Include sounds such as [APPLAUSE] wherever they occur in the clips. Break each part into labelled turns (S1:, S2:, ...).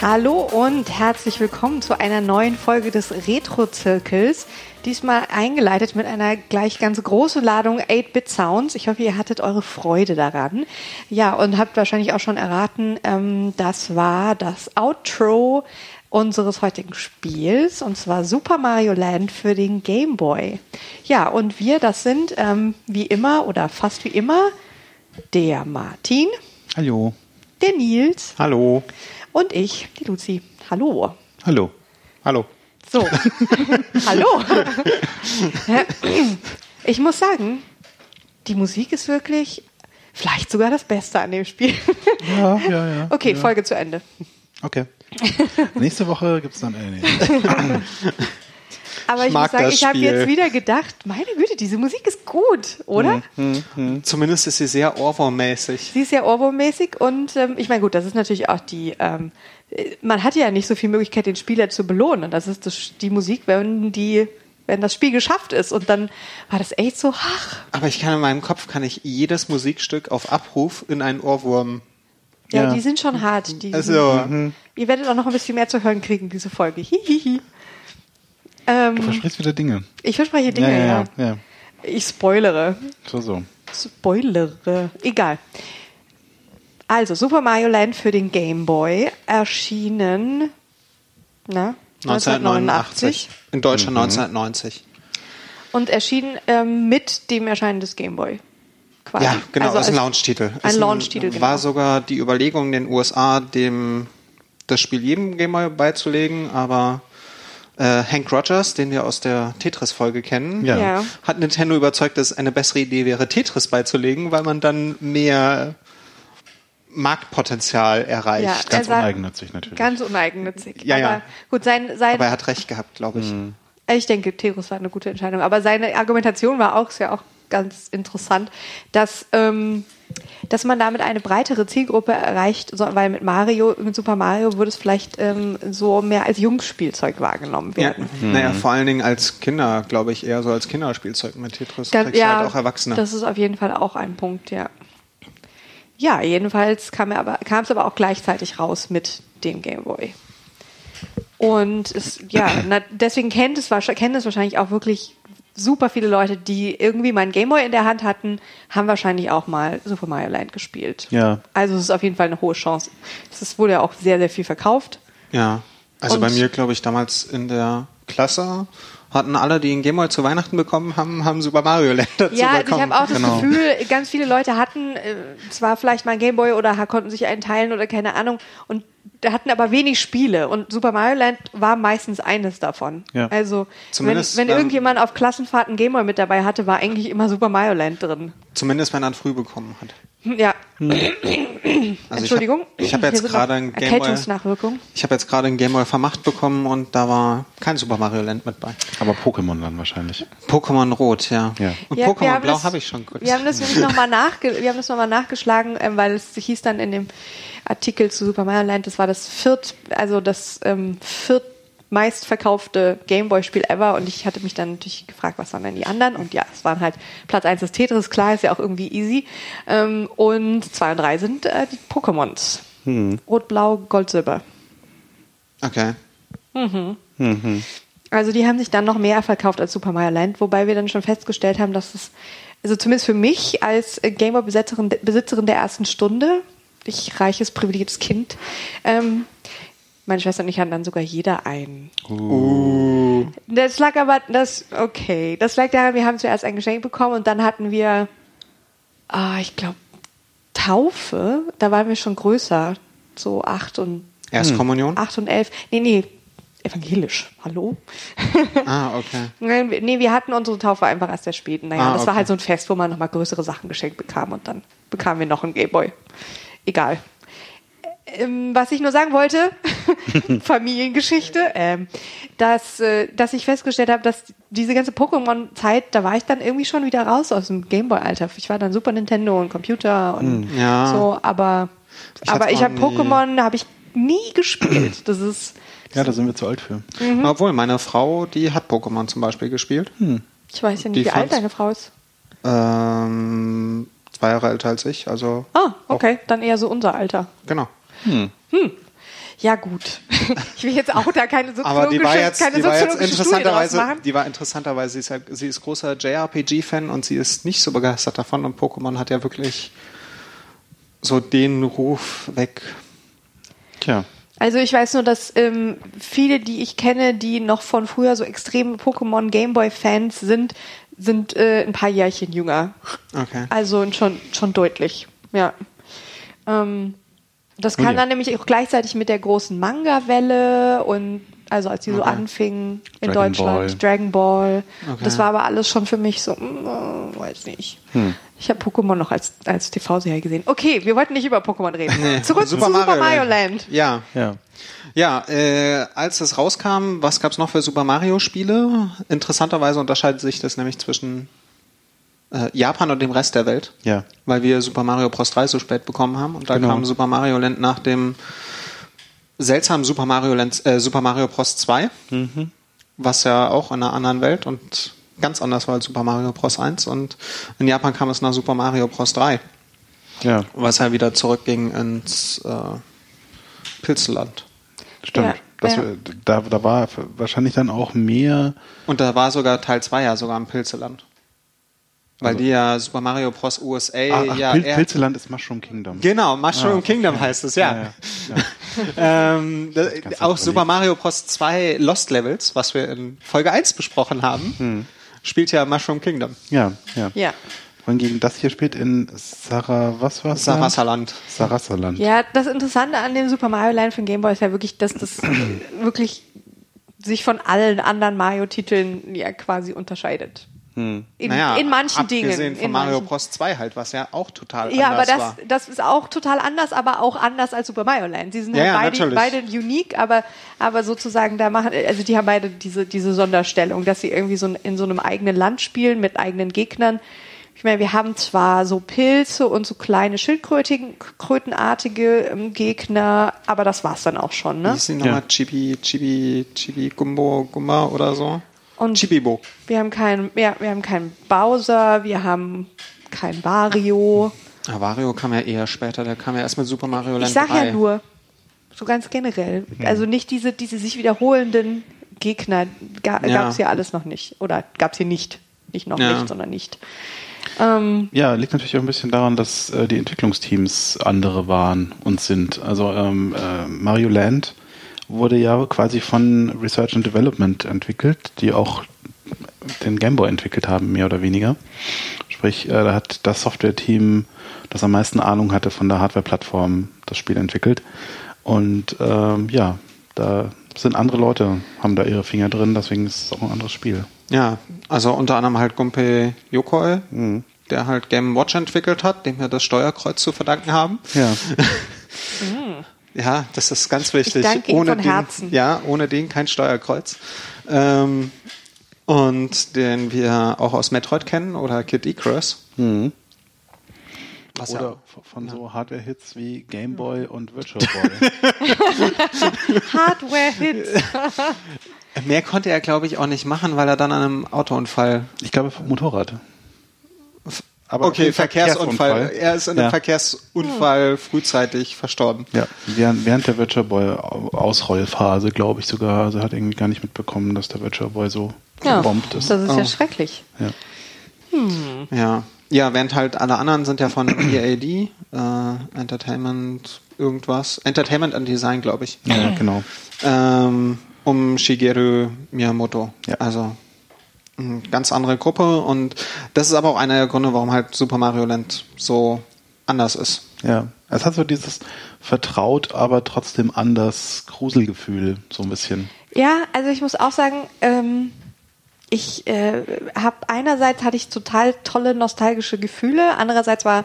S1: Hallo und herzlich willkommen zu einer neuen Folge des Retro-Zirkels. Diesmal eingeleitet mit einer gleich ganz großen Ladung 8-Bit-Sounds. Ich hoffe, ihr hattet eure Freude daran. Ja, und habt wahrscheinlich auch schon erraten, ähm, das war das Outro unseres heutigen Spiels, und zwar Super Mario Land für den Game Boy. Ja, und wir, das sind ähm, wie immer oder fast wie immer der Martin,
S2: Hallo.
S1: der Nils
S2: Hallo.
S1: und ich, die Luzi. Hallo.
S2: Hallo. Hallo.
S1: So, [LAUGHS] hallo. [LAUGHS] ich muss sagen, die Musik ist wirklich vielleicht sogar das Beste an dem Spiel.
S2: Ja, ja, ja.
S1: [LAUGHS] Okay,
S2: ja.
S1: Folge zu Ende.
S2: Okay.
S1: [LAUGHS]
S2: Nächste Woche gibt's dann äh, eine.
S1: Aber ich,
S3: Ich
S1: muss
S3: mag
S1: sagen,
S3: das
S1: ich habe
S3: Spiel.
S1: jetzt wieder gedacht, meine Güte, diese Musik ist gut, oder?
S3: Zumindest ist sie sehr Ohrwurm-mäßig.
S1: Sie ist ja Ohrwurm-mäßig und ähm, ich meine, gut, das ist natürlich auch die, ähm, äh, man hat ja nicht so viel Möglichkeit, den Spieler zu belohnen. Und das ist das, die Musik, wenn die, wenn das Spiel geschafft ist. Und dann war das echt so, ach,
S3: Aber ich kann in meinem Kopf kann ich jedes Musikstück auf Abruf in einen Ohrwurm.
S1: ja, hm.
S2: Ja.
S1: die sind schon hart. Die
S3: Also
S1: Ihr werdet auch noch ein bisschen mehr zu hören kriegen, diese Folge. Hihihi. Ähm,
S2: Versprichst wieder Dinge.
S1: ich verspreche Dinge, ja,
S2: ja, ja. ja.
S1: Ich spoilere.
S2: So, so.
S1: Spoilere. Egal. Also, Super Mario Land für den Game Boy erschienen ne? na,
S3: 1989. In Deutschland 1990.
S1: und erschien ähm, mit dem Erscheinen des Game Boy. Quasi.
S3: Ja, genau,
S1: Also
S3: ist ein
S1: als-
S3: Launch-Titel. Ist
S1: Ein Launch-Titel, genau.
S3: War sogar die Überlegung in den USA, dem das Spiel jedem Gamer beizulegen, aber äh, Hank Rogers, den wir aus der Tetris-Folge kennen,
S2: Ja.
S1: Ja.
S3: hat Nintendo überzeugt, dass es eine bessere Idee wäre, Tetris beizulegen, weil man dann mehr Marktpotenzial erreicht.
S1: Ja, er
S2: Ganz
S1: sagt-
S2: uneigennützig natürlich.
S1: Also Ganz uneigennützig.
S3: Ja, ja.
S1: Aber gut, sein, sein
S3: Aber er hat recht gehabt, glaube ich.
S2: Hm.
S1: Ich denke, Terus war eine gute Entscheidung. Aber seine Argumentation war auch, ist ja auch ganz interessant, dass, ähm, dass man damit eine breitere Zielgruppe erreicht, so, weil mit Mario, mit Super Mario würde es vielleicht ähm, so mehr als Jungsspielzeug wahrgenommen
S3: Ja.
S1: werden.
S2: Hm.
S3: Naja, vor allen Dingen als Kinder, glaube ich, eher so als Kinderspielzeug mit Tetris.
S1: Ganz-
S3: kriegst du halt auch Erwachsene.
S1: Das ist auf jeden Fall auch ein Punkt, ja. Ja, jedenfalls kam er aber- kam es aber, auch gleichzeitig raus mit dem Game Boy. Und es,
S3: [CLEARS THROAT]
S1: ja, na, deswegen kennt es, wahrsch- kennen es wahrscheinlich auch wirklich super viele Leute, die irgendwie mal einen Game Boy in der Hand hatten, haben wahrscheinlich auch mal Super Mario Land gespielt.
S2: Ja.
S1: Also es ist auf jeden Fall eine hohe Chance. Es ist- wurde ja auch sehr, sehr viel verkauft.
S3: Ja, also
S1: Und-
S3: bei mir, glaube ich, damals in der Klasse hatten alle, die einen Gameboy zu Weihnachten bekommen haben, haben Super Mario Land [LAUGHS] dazu
S1: Ja, also ich
S3: bekommen.
S1: habe auch das
S2: Genau.
S1: Gefühl, ganz viele Leute hatten äh, zwar vielleicht mal ein Gameboy oder ha- konnten sich einen teilen oder keine Ahnung und da hatten aber wenig Spiele und Super Mario Land war meistens eines davon.
S2: Ja.
S1: Also wenn,
S3: Zumindest,
S1: wenn
S3: ähm,
S1: irgendjemand auf Klassenfahrten Gameboy mit dabei hatte, war eigentlich immer Super Mario Land drin.
S3: Zumindest, wenn er ihn früh bekommen hat.
S1: Hm, Ja,
S3: Also
S1: Entschuldigung.
S3: Ich
S1: Hier
S3: habe hab jetzt
S1: sind
S3: gerade
S1: noch
S3: einen Gameboy.
S1: Erkältungsnachwirkung.
S3: Ich habe jetzt gerade einen Gameboy vermacht bekommen und da war kein Super Mario Land mit bei.
S2: Aber Pokémon dann wahrscheinlich.
S3: Pokémon Rot, ja.
S2: Ja.
S3: Und
S1: Ja, wir
S3: Pokémon
S1: haben
S3: Blau
S1: das-
S3: habe ich schon kurz.
S1: Wir haben das nämlich nochmal nachge wir haben das noch mal nachgeschlagen, ähm, weil es hieß dann in dem Artikel zu Super Mario Land, das war das viert, also das ähm, viert meistverkaufte Gameboy-Spiel ever und ich hatte mich dann natürlich gefragt, was waren denn die anderen und ja, es waren halt Platz 1 ist Tetris, klar, ist ja auch irgendwie easy ähm, und 2 und 3 sind äh, die Pokémons.
S3: Hm.
S1: Rot, Blau, Gold, Silber.
S3: okay.
S1: Also die haben sich dann noch mehr verkauft als Super Mario Land, wobei wir dann schon festgestellt haben, dass es, also zumindest für mich als äh, Gameboy-Besitzerin Besitzerin der ersten Stunde, ich reiches, privilegiertes Kind, ähm, meine Schwester und ich hatten dann sogar jeder einen.
S2: Uh.
S1: Das lag aber, das, okay, das lag daran, wir haben zuerst ein Geschenk bekommen und dann hatten wir, ah, ich glaube, Taufe, da waren wir schon größer, so acht und
S2: Hm.
S3: Erstkommunion?
S1: 8 und 11. Nee, nee, evangelisch. Hallo?
S3: [LAUGHS] Ah, okay.
S1: Nein, wir- nee, wir hatten unsere Taufe einfach erst sehr spät. Naja,
S3: Ah,
S1: das war
S3: okay.
S1: halt so ein Fest, wo man nochmal größere Sachen geschenkt bekam und dann bekamen wir noch einen Gameboy. Egal. Ähm, was ich nur sagen
S3: [LAUGHS]
S1: wollte, Familiengeschichte, ähm, dass, äh, dass ich festgestellt habe, dass diese ganze Pokémon-Zeit, da war ich dann irgendwie schon wieder raus aus dem Gameboy-Alter. Ich war dann Super Nintendo und Computer und
S3: Hm, Ja.
S1: so, aber ich,
S3: Ich hat's
S1: aber ich
S3: auch
S1: habe
S3: nie.
S1: Pokémon, habe ich nie gespielt. Das ist,
S2: Ja, da sind wir zu alt für.
S1: Mhm.
S3: Obwohl, meine Frau, die hat Pokémon zum Beispiel gespielt.
S1: ich weiß ja
S3: Die
S1: nicht, wie alt
S3: fand's-
S1: deine Frau ist.
S3: Ähm, zwei Jahre älter als ich, also.
S1: Ah,
S3: auch-
S1: okay, dann eher so unser Alter.
S3: Genau.
S1: ja gut. [LAUGHS] Ich will jetzt auch da keine soziologische,
S3: Aber die war jetzt,
S1: keine
S3: die war jetzt
S1: soziologische Studie draus
S3: interessanterweise,
S1: machen.
S3: die war interessanterweise, sie ist, ja, sie ist großer JRPG-Fan und sie ist nicht so begeistert davon und Pokémon hat ja wirklich so den Ruf weg.
S2: Tja.
S1: Also ich weiß nur, dass ähm, viele, die ich kenne, die noch von früher so extreme Pokémon Gameboy-Fans sind, sind äh, ein paar Jährchen jünger.
S3: Okay.
S1: Also schon, schon deutlich, ja. Ähm, das kam
S2: Nun ja.
S1: dann nämlich auch gleichzeitig mit der großen Manga-Welle und also als die so
S3: Okay.
S1: anfingen in
S2: Dragon
S1: Deutschland,
S2: Ball.
S1: Dragon Ball.
S3: Okay.
S1: Das war aber alles schon für mich so, mm, äh, weiß nicht.
S2: Hm.
S1: Ich habe Pokémon noch als, als TV-Serie gesehen. Okay, wir wollten nicht über Pokémon reden. Zurück zu Super Mario Land.
S3: Ja.
S2: Ja.
S3: Ja, äh, als es rauskam, was gab's noch für Super Mario-Spiele? Interessanterweise unterscheidet sich das nämlich zwischen äh, Japan und dem Rest der Welt.
S2: Ja.
S3: Weil wir Super Mario Bros. 3 so spät bekommen haben und da
S2: Genau.
S3: kam Super Mario Land nach dem seltsamen Super Mario, Land, äh, Super Mario Bros. 2,
S2: Mhm.
S3: was ja auch in einer anderen Welt und ganz anders war als Super Mario Bros. 1 und in Japan kam es nach Super Mario Bros. 3,
S2: Ja,
S3: was ja wieder zurückging ins äh, Pilzeland.
S2: stimmt.
S1: Ja,
S2: Das,
S1: ja.
S2: Da, da war wahrscheinlich dann auch mehr.
S3: Und da war sogar Teil 2 ja sogar im Pilzeland. Weil die ja Super Mario Bros. USA
S2: Also Ah, ach,
S3: ja
S2: Pil
S3: eher-
S2: Pilzeland ist Mushroom Kingdom.
S3: Genau, Mushroom
S2: Ah,
S3: Kingdom heißt es, ja.
S2: Ja,
S3: Ähm, da-
S2: ganz
S3: auch
S2: überlegt.
S3: Super Mario Bros. 2 Lost Levels, was wir in Folge 1 besprochen haben,
S2: Hm.
S3: spielt ja Mushroom Kingdom.
S2: Ja, ja.
S1: Ja.
S2: Wohingegen das hier spielt in Sarah, was war's?
S3: Sarasaland.
S2: Sarasaland.
S1: Ja, das Interessante an dem Super Mario Land von Game Boy ist ja wirklich, dass
S3: [CLEARS THROAT]
S1: das wirklich sich von allen anderen Mario-Titeln ja quasi unterscheidet. In, in manchen Dingen.
S3: Hm. abgesehen von
S1: in
S3: Mario
S1: manchen.
S3: Bros. 2 halt, was ja auch total
S1: Ja, aber
S3: anders
S1: das, ne?
S3: war.
S1: das ist auch total anders, aber auch anders als Super Mario Land. Sie sind
S3: Ja, ja,
S1: halt beide,
S3: natürlich.
S1: beide unique, aber, aber sozusagen da machen, also die haben beide diese, diese Sonderstellung, dass sie irgendwie so in, in so einem eigenen Land spielen mit eigenen Gegnern. Ich meine, wir haben zwar so Pilze und so kleine Schildkrötigen- Krötenartige ähm, Gegner, aber das war's dann auch schon,
S3: Wie
S1: ne?
S3: hieß die
S2: Ja.
S3: nochmal? Chibi, Chibi, Chibi Gumbo, Gumba oder so?
S1: Und-
S3: Chibibo.
S1: Wir haben keinen, ja, wir haben keinen Bowser, wir haben keinen Wario.
S3: Ja, Wario kam ja eher später, der kam ja erst mit Super Mario Land
S1: Ich sag
S3: 3.
S1: ja nur, so ganz generell.
S3: Mhm.
S1: Also nicht diese, diese sich wiederholenden Gegner ga,
S3: Ja.
S1: gab es ja alles noch nicht. Oder gab es hier nicht. Nicht noch
S3: Ja.
S1: nicht, sondern nicht. Ähm,
S2: Ja, liegt natürlich auch ein bisschen daran, dass äh, die Entwicklungsteams andere waren und sind. Also ähm, äh, Mario Land wurde ja quasi von Research and Development entwickelt, die auch den Gameboy entwickelt haben, mehr oder weniger. Sprich, äh, da hat das Software-Team, das am meisten Ahnung hatte von der Hardware-Plattform, das Spiel entwickelt. Und ähm, ja, da sind andere Leute, haben da ihre Finger drin, deswegen ist es auch ein anderes Spiel.
S3: Ja, also unter anderem halt Gumpe Yokoi,
S2: Mhm.
S3: der halt Game Watch entwickelt hat, dem wir das Steuerkreuz zu verdanken haben.
S2: Ja.
S3: [LAUGHS] Ja, das ist ganz wichtig.
S1: Mhm. Ich danke ihm
S3: ohne
S1: von
S3: den,
S1: Herzen.
S3: Ja, ohne den kein Steuerkreuz. Ähm, und den wir auch aus Metroid kennen oder Kid Icarus. Was
S2: Mhm. Oder
S3: ja,
S2: von so Hardware-Hits wie Game Boy und Virtual Boy.
S3: [LAUGHS]
S1: Hardware-Hits.
S3: mehr konnte er, glaube ich, auch nicht machen, weil er dann an einem Autounfall.
S2: ich glaube, vom Motorrad.
S3: okay, Verkehrsunfall. Er ist in einem
S2: ja.
S3: Verkehrsunfall frühzeitig verstorben.
S2: Ja, während, während der Virtual Boy Au- Ausrollphase, glaube ich sogar. Also hat irgendwie gar nicht mitbekommen, dass der Virtual Boy so
S1: Ja,
S2: gebombt
S1: das
S2: ist.
S1: ist ja
S3: Oh.
S1: schrecklich.
S2: Ja.
S3: Ja. Ja, während halt alle anderen sind ja [CLEARS THROAT] von EAD, äh, Entertainment, irgendwas. Entertainment and Design, glaube ich.
S2: ja, genau.
S3: Ähm, um Shigeru Miyamoto.
S2: Ja.
S3: Also eine ganz andere Gruppe und das ist aber auch einer der Gründe, warum halt Super Mario Land so anders ist.
S2: Ja. Es hat so dieses vertraut, aber trotzdem anders Gruselgefühl, so ein bisschen.
S1: Ja, also ich muss auch sagen, ähm, ich äh, habe einerseits hatte ich total tolle nostalgische Gefühle, andererseits war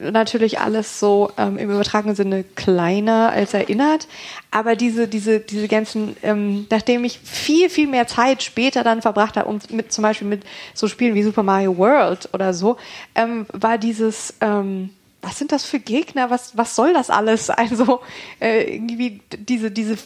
S1: natürlich alles so ähm, im übertragenen Sinne kleiner als erinnert. Aber diese diese diese ganzen, ähm, nachdem ich viel viel mehr Zeit später dann verbracht habe, um mit zum Beispiel mit so Spielen wie Super Mario World oder so, ähm, war dieses ähm, was sind das für Gegner? Was, was soll das alles? [LAUGHS] Also äh, irgendwie d- diese, diese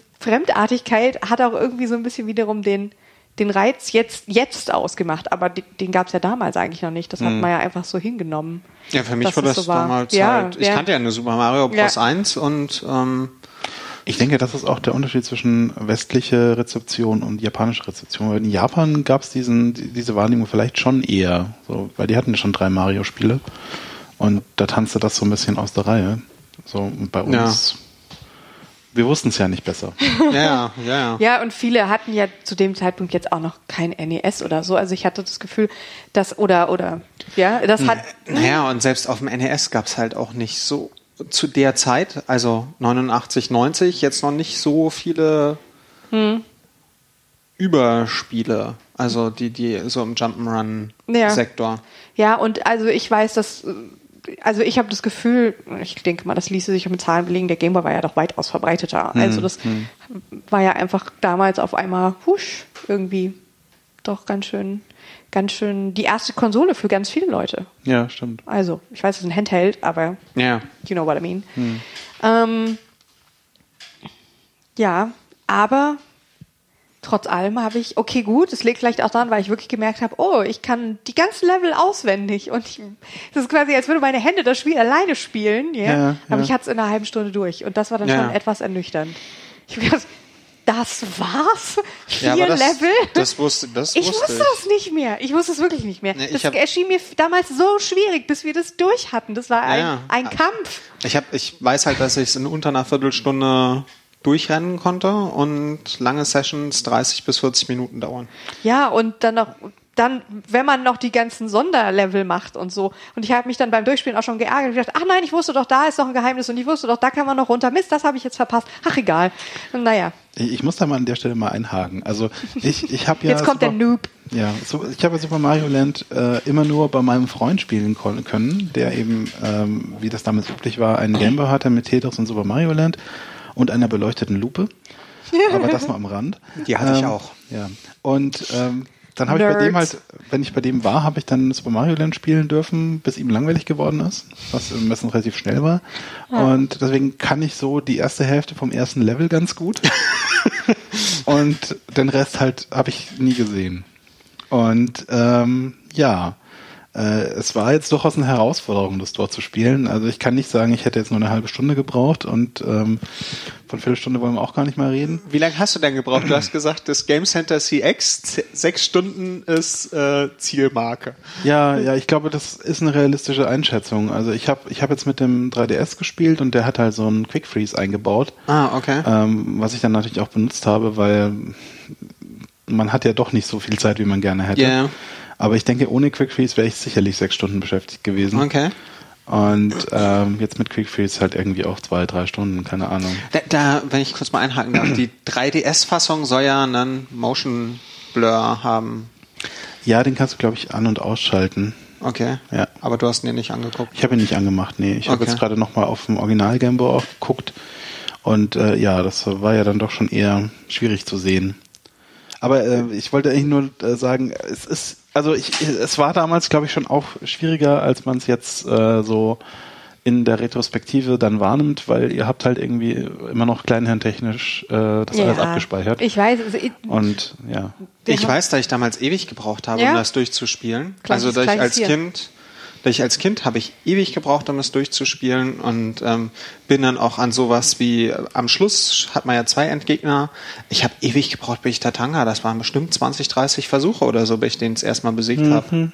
S1: Fremdartigkeit hat auch irgendwie so ein bisschen wiederum den, den Reiz jetzt, jetzt ausgemacht. Aber die, den gab es ja damals eigentlich noch nicht. Das hat man ja einfach so hingenommen.
S3: Hm. Ja, für mich
S1: dass
S3: war
S1: es
S3: das
S1: so war.
S3: damals
S1: ja,
S3: halt. Ich
S1: ja. [LAUGHS]
S3: kannte ja nur Super Mario Bros.
S1: Ja.
S3: 1 und ähm,
S2: Ich denke, das ist auch der Unterschied zwischen westliche Rezeption und japanische Rezeption. Weil In Japan gab es diese Wahrnehmung vielleicht schon eher, so, weil die hatten schon drei Mario-Spiele und da tanzte das so ein bisschen aus der Reihe. So, und bei uns, wir wussten es ja nicht besser.
S3: Ja, ja, ja.
S1: Ja, und viele hatten ja zu dem Zeitpunkt jetzt auch noch kein NES oder so. Also ich hatte das Gefühl, dass oder oder ja,
S3: Hm.
S1: das hat
S3: Naja, und selbst auf dem NES gab es halt auch nicht so zu der Zeit, also 89, 90, jetzt noch nicht so viele
S1: Hm.
S3: Überspiele. Also die, die so im
S1: Ja.
S3: Jump'n'Run-Sektor.
S1: ja und also ich weiß, dass äh, also ich habe das Gefühl, ich denke mal, das ließe sich mit Zahlen belegen, der Gameboy war ja doch weitaus verbreiteter. Also das war ja einfach damals auf einmal husch irgendwie doch ganz schön ganz schön die erste Konsole für ganz viele Leute.
S2: [LAUGHS] Ja, stimmt.
S1: Also, ich weiß, es ist ein Handheld, aber
S3: Ja. Hm.
S1: You know what I mean. Ähm, ja, aber trotz allem habe ich, okay, gut, es liegt vielleicht auch daran, weil ich wirklich gemerkt habe, oh, ich kann die ganzen Level auswendig und ich, das ist quasi, als würde meine Hände das Spiel alleine spielen, yeah.
S2: Ja,
S1: aber
S2: ja.
S1: ich hatte es in einer halben Stunde durch und das war dann
S3: Ja.
S1: schon etwas ernüchternd. Ich habe gedacht, das war's? Vier
S3: ja aber das,
S1: Level?
S3: Das wusste, das
S1: Ich
S3: wusste
S1: wusste es nicht mehr. Ich wusste es wirklich nicht mehr.
S3: Nee, ich
S1: das
S3: hab-
S1: erschien mir f- damals so schwierig, bis wir das durch hatten. Das war ein,
S3: Ja. Ah.
S1: ein Kampf.
S3: Ich, hab, ich weiß halt, dass ich es in unter einer Viertelstunde durchrennen konnte und lange Sessions 30 bis 40 Minuten dauern.
S1: Ja, und dann noch, dann, wenn man noch die ganzen Sonderlevel macht und so. Und ich habe mich dann beim Durchspielen auch schon geärgert und gedacht, ach nein, ich wusste doch, da ist noch ein Geheimnis und ich wusste doch, da kann man noch runter. Mist, das habe ich jetzt verpasst. Ach, egal. Und naja,
S2: Ich, ich muss da mal an der Stelle mal einhaken. Also ich, ich habe ja
S1: jetzt kommt der
S2: Super-
S1: Noob.
S2: Ja, so, ich habe Super Mario Land äh, immer nur bei meinem Freund spielen kon- können, der eben, ähm, wie das damals üblich war, einen Gameboy hatte mit Tetris und Super Mario Land und einer beleuchteten Lupe. Aber das mal am Rand.
S3: Die hatte ich
S2: ähm,
S3: auch.
S2: Ja. Und ähm, dann habe ich bei dem
S1: Nerds.
S2: halt, wenn ich bei dem war, habe ich dann Super Mario Land spielen dürfen, bis ihm langweilig geworden ist, was im Messen relativ schnell war. Und deswegen kann ich so die erste Hälfte vom ersten Level ganz gut. Und den Rest halt habe ich nie gesehen. Und ähm, ja, äh, es war jetzt durchaus eine Herausforderung, das dort zu spielen. Also ich kann nicht sagen, ich hätte jetzt nur eine halbe Stunde gebraucht und ähm, von Viertelstunde wollen wir auch gar nicht mal reden.
S3: Wie lange hast du denn gebraucht? Du hast gesagt, das Game Center CX, z- sechs Stunden ist äh, Zielmarke.
S2: Ja, ja, ich glaube, das ist eine realistische Einschätzung. Also ich habe ich hab jetzt mit dem 3DS gespielt und der hat halt so einen Quick Freeze eingebaut,
S3: Ah, okay.
S2: ähm, was ich dann natürlich auch benutzt habe, weil man hat ja doch nicht so viel Zeit, wie man gerne hätte.
S3: Ja.
S2: Aber ich denke, ohne Quick Freeze wäre ich sicherlich sechs Stunden beschäftigt gewesen.
S3: Okay.
S2: Und ähm, jetzt mit Quick Freeze halt irgendwie auch zwei, drei Stunden, keine Ahnung.
S3: Da, da, wenn ich kurz mal einhaken darf, die 3DS-Fassung soll ja einen Motion Blur haben.
S2: Ja, den kannst du, glaube ich, an- und ausschalten.
S3: Okay.
S2: Ja.
S3: Aber du hast ihn dir nicht angeguckt.
S2: Ich habe ihn nicht angemacht, nee. Ich habe
S3: Okay.
S2: jetzt gerade nochmal auf dem Original Game Boy auch geguckt. Und äh, ja, das war ja dann doch schon eher schwierig zu sehen. Aber äh, ich wollte eigentlich nur äh, sagen, es ist, also ich, es war damals, glaube ich, schon auch schwieriger, als man es jetzt äh, so in der Retrospektive dann wahrnimmt, weil ihr habt halt irgendwie immer noch kleinhirntechnisch äh, das alles abgespeichert.
S1: Ich weiß, also ich,
S2: und ja.
S1: Wir
S3: Ich
S1: haben-
S3: weiß, dass ich damals ewig gebraucht habe,
S1: Ja.
S3: um das durchzuspielen.
S1: Kleines-
S3: also, dass ich
S1: kleines
S3: als
S1: Tier.
S3: Kind, dass ich als Kind habe ich ewig gebraucht, um das durchzuspielen und ähm, bin dann auch an sowas wie äh, am Schluss hat man ja zwei Endgegner. Ich habe ewig gebraucht, bis ich Tatanga. Das waren bestimmt 20, 30 Versuche oder so, bis ich den das erstmal besiegt habe.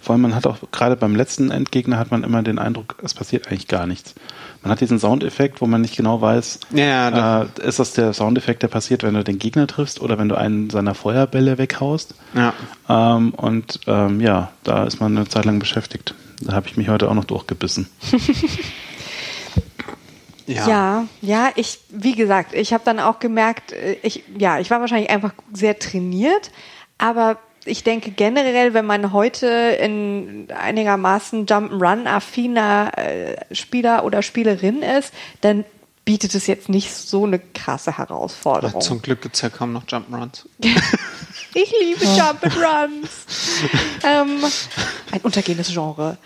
S2: Vor allem, man hat auch gerade beim letzten Endgegner hat man immer den Eindruck, es passiert eigentlich gar nichts. Man hat diesen Soundeffekt, wo man nicht genau weiß,
S3: Ja, ja, da-
S2: äh, ist das der Soundeffekt, der passiert, wenn du den Gegner triffst oder wenn du einen seiner Feuerbälle weghaust.
S3: Ja.
S2: Ähm, und ähm, ja, da ist man eine Zeit lang beschäftigt. Da habe ich mich heute auch noch durchgebissen.
S3: Ja.
S1: Ja, ja, ich, wie gesagt, ich habe dann auch gemerkt, äh, ich, ja, ich war wahrscheinlich einfach sehr trainiert, aber ich denke generell, wenn man heute in einigermaßen Jump'n'Run-affiner äh, Spieler oder Spielerin ist, dann bietet es jetzt nicht so eine krasse
S3: Ach,
S1: Herausforderung.
S3: Zum Glück gibt's ja kaum noch Jump'n'Runs.
S1: Ich liebe Jump'n'Runs.
S3: [LAUGHS]
S1: ähm, ein untergehendes Genre.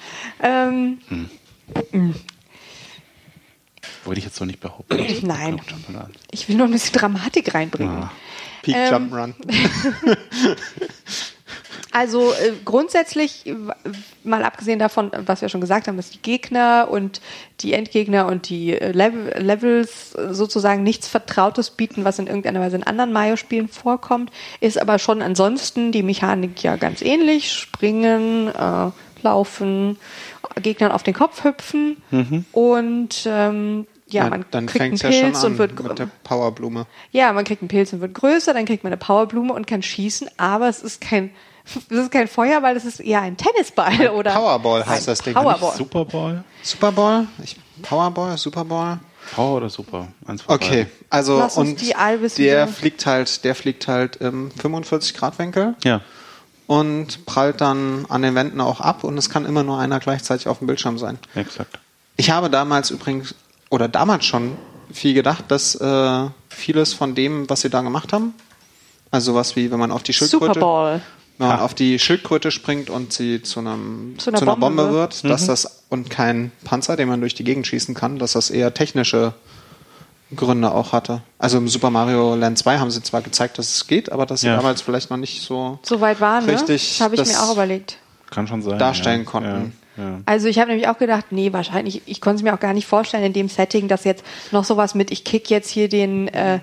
S1: Ähm,
S2: Wollte ich jetzt so nicht behaupten.
S3: Hm.
S1: Nein.
S2: Ich glaub, schon mal an.
S1: Ähm, ich will nur ein bisschen Dramatik reinbringen.
S2: Ja.
S3: Peak
S1: Ähm.
S3: Jump'n'Run.
S1: Also äh, grundsätzlich, äh, mal abgesehen davon, äh, was wir schon gesagt haben, dass die Gegner und die Endgegner und die äh, Level, Levels äh, sozusagen nichts Vertrautes bieten, was in irgendeiner Weise in anderen Mario-Spielen vorkommt, ist aber schon ansonsten die Mechanik ja ganz ähnlich. Springen, äh, laufen, Gegnern auf den Kopf hüpfen und ähm, [LAUGHS] ja, man
S3: Mhm. dann
S1: kriegt einen
S3: fängt's ja schon
S1: Pilz
S3: an
S1: und wird gr-
S3: mit der Powerblume.
S1: ja, man kriegt einen Pilz und wird größer, dann kriegt man eine Powerblume und kann schießen, aber es ist kein, [LAUGHS] es ist kein Feuerball, das ist eher ein Tennisball oder.
S3: Powerball heißt
S1: ein
S3: das Ding.
S1: Powerball.
S2: Superball?
S3: Superball? Ich, Powerball? Superball?
S2: Power oder Super? Eins von
S3: Okay,
S2: beiden.
S3: also
S1: Lass uns
S3: und
S1: die Albis
S3: der
S1: wieder-
S3: fliegt halt, der fliegt halt im 45 Grad Winkel
S2: Ja.
S3: und prallt dann an den Wänden auch ab und es kann immer nur einer gleichzeitig auf dem Bildschirm sein.
S2: Exakt.
S3: Ich habe damals übrigens oder damals schon viel gedacht, dass äh, vieles von dem, was sie da gemacht haben, also was wie wenn man auf die Schildkröte
S1: Superball.
S3: wenn man
S2: Ah.
S3: auf die Schildkröte springt und sie zu, einem,
S1: Zu
S3: zu,
S1: einer
S3: einer,
S1: Bombe
S3: Bombe, wird, dass das und kein Panzer, den man durch die Gegend schießen kann, dass das eher technische Gründe auch hatte. Also im Super Mario Land 2 haben sie zwar gezeigt, dass es geht, aber dass sie
S2: Ja.
S3: damals vielleicht noch nicht so
S1: So weit waren, ne?
S3: Richtig,
S1: Das habe ich
S3: das-
S1: mir auch überlegt.
S2: Kann schon sein.
S3: Darstellen
S2: ja.
S3: konnten.
S2: Ja. Ja.
S1: Also ich habe nämlich auch gedacht, nee, wahrscheinlich, ich konnte es mir auch gar nicht vorstellen in dem Setting, dass jetzt noch sowas mit, ich kick jetzt hier den, äh,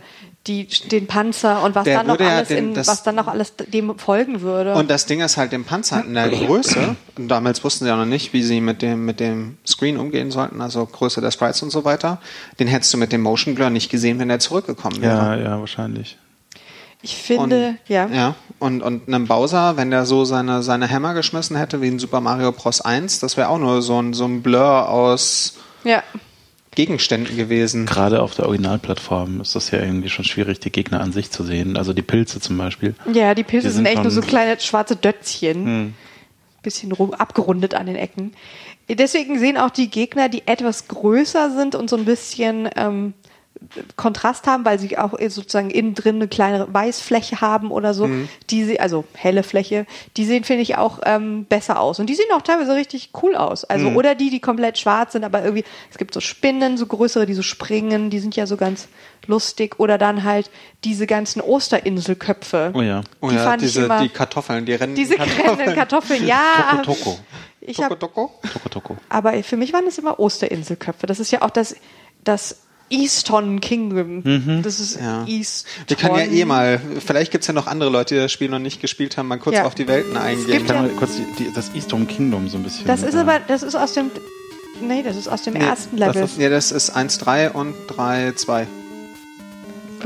S1: die, den Panzer und was
S3: Der
S1: dann noch
S3: würde ja
S1: alles
S3: den-
S1: in,
S3: das-
S1: was dann noch alles dem folgen würde.
S3: Und das Ding ist halt dem Panzer in der Größe, und damals wussten sie ja noch nicht, wie sie mit dem, mit dem Screen umgehen sollten, also Größe der Sprites und so weiter, den hättest du mit dem Motion Blur nicht gesehen, wenn er zurückgekommen wäre.
S2: ja, ja, wahrscheinlich.
S1: ich finde,
S3: und,
S1: ja.
S3: ja. Und, und einem Bowser, wenn der so seine, seine Hammer geschmissen hätte, wie in Super Mario Bros. 1, das wäre auch nur so ein, so ein Blur aus
S1: ja.
S3: Gegenständen gewesen.
S2: Gerade auf der Originalplattform ist das ja irgendwie schon schwierig, die Gegner an sich zu sehen. Also die Pilze zum Beispiel.
S1: Ja, die Pilze
S2: Die
S1: sind,
S2: sind
S1: echt nur so
S2: schon- Hm.
S1: kleine schwarze Dötzchen. Bisschen rum, abgerundet an den Ecken. Deswegen sehen auch die Gegner, die etwas größer sind und so ein bisschen ähm, Kontrast haben, weil sie auch eh sozusagen innen drin eine kleinere Weißfläche haben oder so,
S3: Mhm.
S1: die sie, also helle Fläche, die sehen, finde ich, auch ähm, besser aus. Und die sehen auch teilweise richtig cool aus. Also,
S3: Mhm.
S1: oder die, die komplett schwarz sind, aber irgendwie, es gibt so Spinnen, so größere, die so springen, die sind ja so ganz lustig. Oder dann halt diese ganzen Osterinselköpfe.
S2: Oh ja.
S3: Oh
S1: Die fand ich
S3: diese,
S1: immer-
S3: die Kartoffeln, die rennen. Oh
S1: Diese brennenden Kartoffeln, ja. ähm,
S2: Toko,
S1: Ich
S3: Toko,
S1: hab,
S3: [LAUGHS] Toko.
S2: Toko, Toko.
S1: aber für mich waren es immer Osterinselköpfe. Das ist ja auch das, das Easton Kingdom. Das ist
S3: Mhm. Ja.
S1: Easton.
S3: Wir können ja eh mal, vielleicht gibt es ja noch andere Leute, die das Spiel noch nicht gespielt haben, mal kurz
S1: Ja.
S3: auf die Welten eingehen.
S1: gibt
S2: Ich kann mal kurz die, die, das Eastern Kingdom so ein bisschen.
S1: Das ist
S2: äh,
S1: aber, das ist aus dem, nee, das ist aus dem
S3: Nee,
S1: ersten Level.
S3: Das ist, nee, das ist 1.3 und 3.2.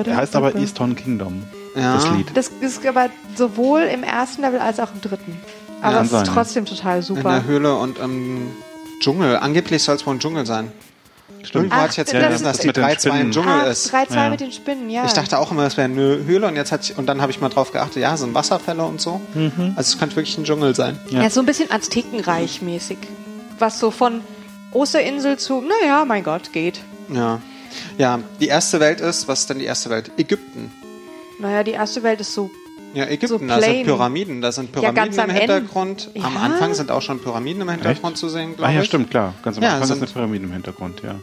S2: Er heißt aber Eastern Kingdom.
S3: Ja.
S2: Das Lied.
S1: Das ist aber sowohl im ersten Level als auch im dritten. Aber
S2: kann
S1: es
S2: sein,
S1: ist
S2: ja.
S1: trotzdem total
S3: In der
S1: super.
S3: Höhle und im Dschungel. Angeblich soll es wohl ein Dschungel sein. Stimmt.
S1: Ach,
S3: Warte ich jetzt
S1: das
S3: wieder,
S1: ist-
S3: dass das die
S2: mit den
S3: 3.2 im
S2: Spinnen.
S3: Dschungel
S1: Ah,
S3: ist.
S1: 3-2
S2: Ja.
S1: mit den Spinnen, ja.
S3: Ich dachte auch immer, es wäre eine Höhle und jetzt hat ich, und dann habe ich mal drauf geachtet, ja, sind Wasserfälle und so.
S1: Mhm.
S3: Also es könnte wirklich ein Dschungel sein.
S1: Ja. ist so ein bisschen Aztekenreich mäßig. Was so von Osterinsel zu, naja, mein Gott, geht.
S3: Ja. Ja, die erste Welt ist, was ist denn die erste Welt? Ägypten.
S1: Naja, die erste Welt ist so.
S3: Ja, Ägypten,
S1: So
S3: da
S1: plain.
S3: sind Pyramiden, da sind
S1: Ja,
S3: Pyramiden
S1: ganz am
S3: im
S1: Ende.
S3: Hintergrund. Am
S1: Ja.
S3: Anfang sind auch schon Pyramiden im Hintergrund
S2: Echt?
S3: zu sehen, glaube
S2: Ah
S3: ich.
S2: ja, stimmt, klar. Ganz am
S3: Ja,
S2: Anfang ist
S3: sind-
S2: eine Pyramide im Hintergrund, ja.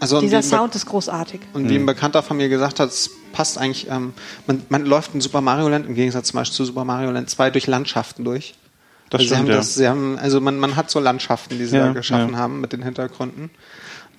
S3: Also und
S1: Dieser
S3: die-
S1: Sound ist großartig.
S3: Und
S2: Hm.
S3: wie ein Bekannter von mir gesagt hat, es passt eigentlich, ähm, man, man läuft in Super Mario Land, im Gegensatz zum Beispiel zu Super Mario Land 2, durch Landschaften durch. Also
S2: Das
S3: sie haben
S2: stimmt, ja.
S3: das, sie haben, also man, man hat so Landschaften, die sie
S2: Ja,
S3: da geschaffen
S2: ja.
S3: haben mit den Hintergründen.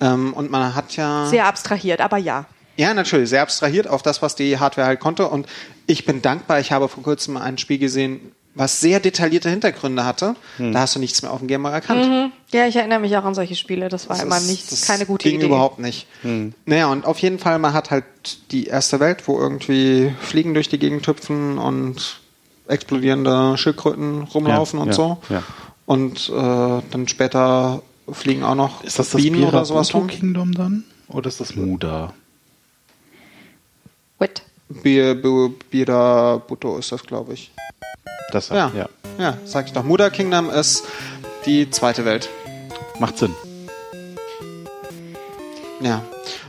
S3: Ähm, und man hat ja,
S1: Sehr abstrahiert, aber ja.
S3: ja natürlich, sehr abstrahiert auf das, was die Hardware halt konnte. Und ich bin dankbar, ich habe vor kurzem mal ein Spiel gesehen, was sehr detaillierte Hintergründe hatte.
S2: Hm.
S3: Da hast du nichts mehr auf dem Game Boy erkannt.
S1: Mhm. Ja, ich erinnere mich auch an solche Spiele. Das war immer
S3: ist-
S1: nicht,
S3: Mhm. das
S1: keine gute
S3: ging
S1: Idee.
S3: überhaupt nicht.
S2: Hm.
S3: Naja, und auf jeden Fall, man hat halt die erste Welt, wo irgendwie Fliegen durch die Gegend hüpfen und explodierende Schildkröten rumlaufen
S2: Ja,
S3: und
S2: ja,
S3: so.
S2: ja.
S3: Und äh, dann später fliegen auch noch
S2: Ist das das
S3: Bienen oder sowas rum.
S2: Kingdom dann? Oder ist das Muda?
S1: Wait.
S3: Bi- Bu- Birabuto ist das, glaube ich.
S2: Das
S3: Ja.
S2: ja.
S3: ja. sag ich doch. Muda Kingdom ist die zweite Welt.
S2: Macht Sinn.
S3: Ja.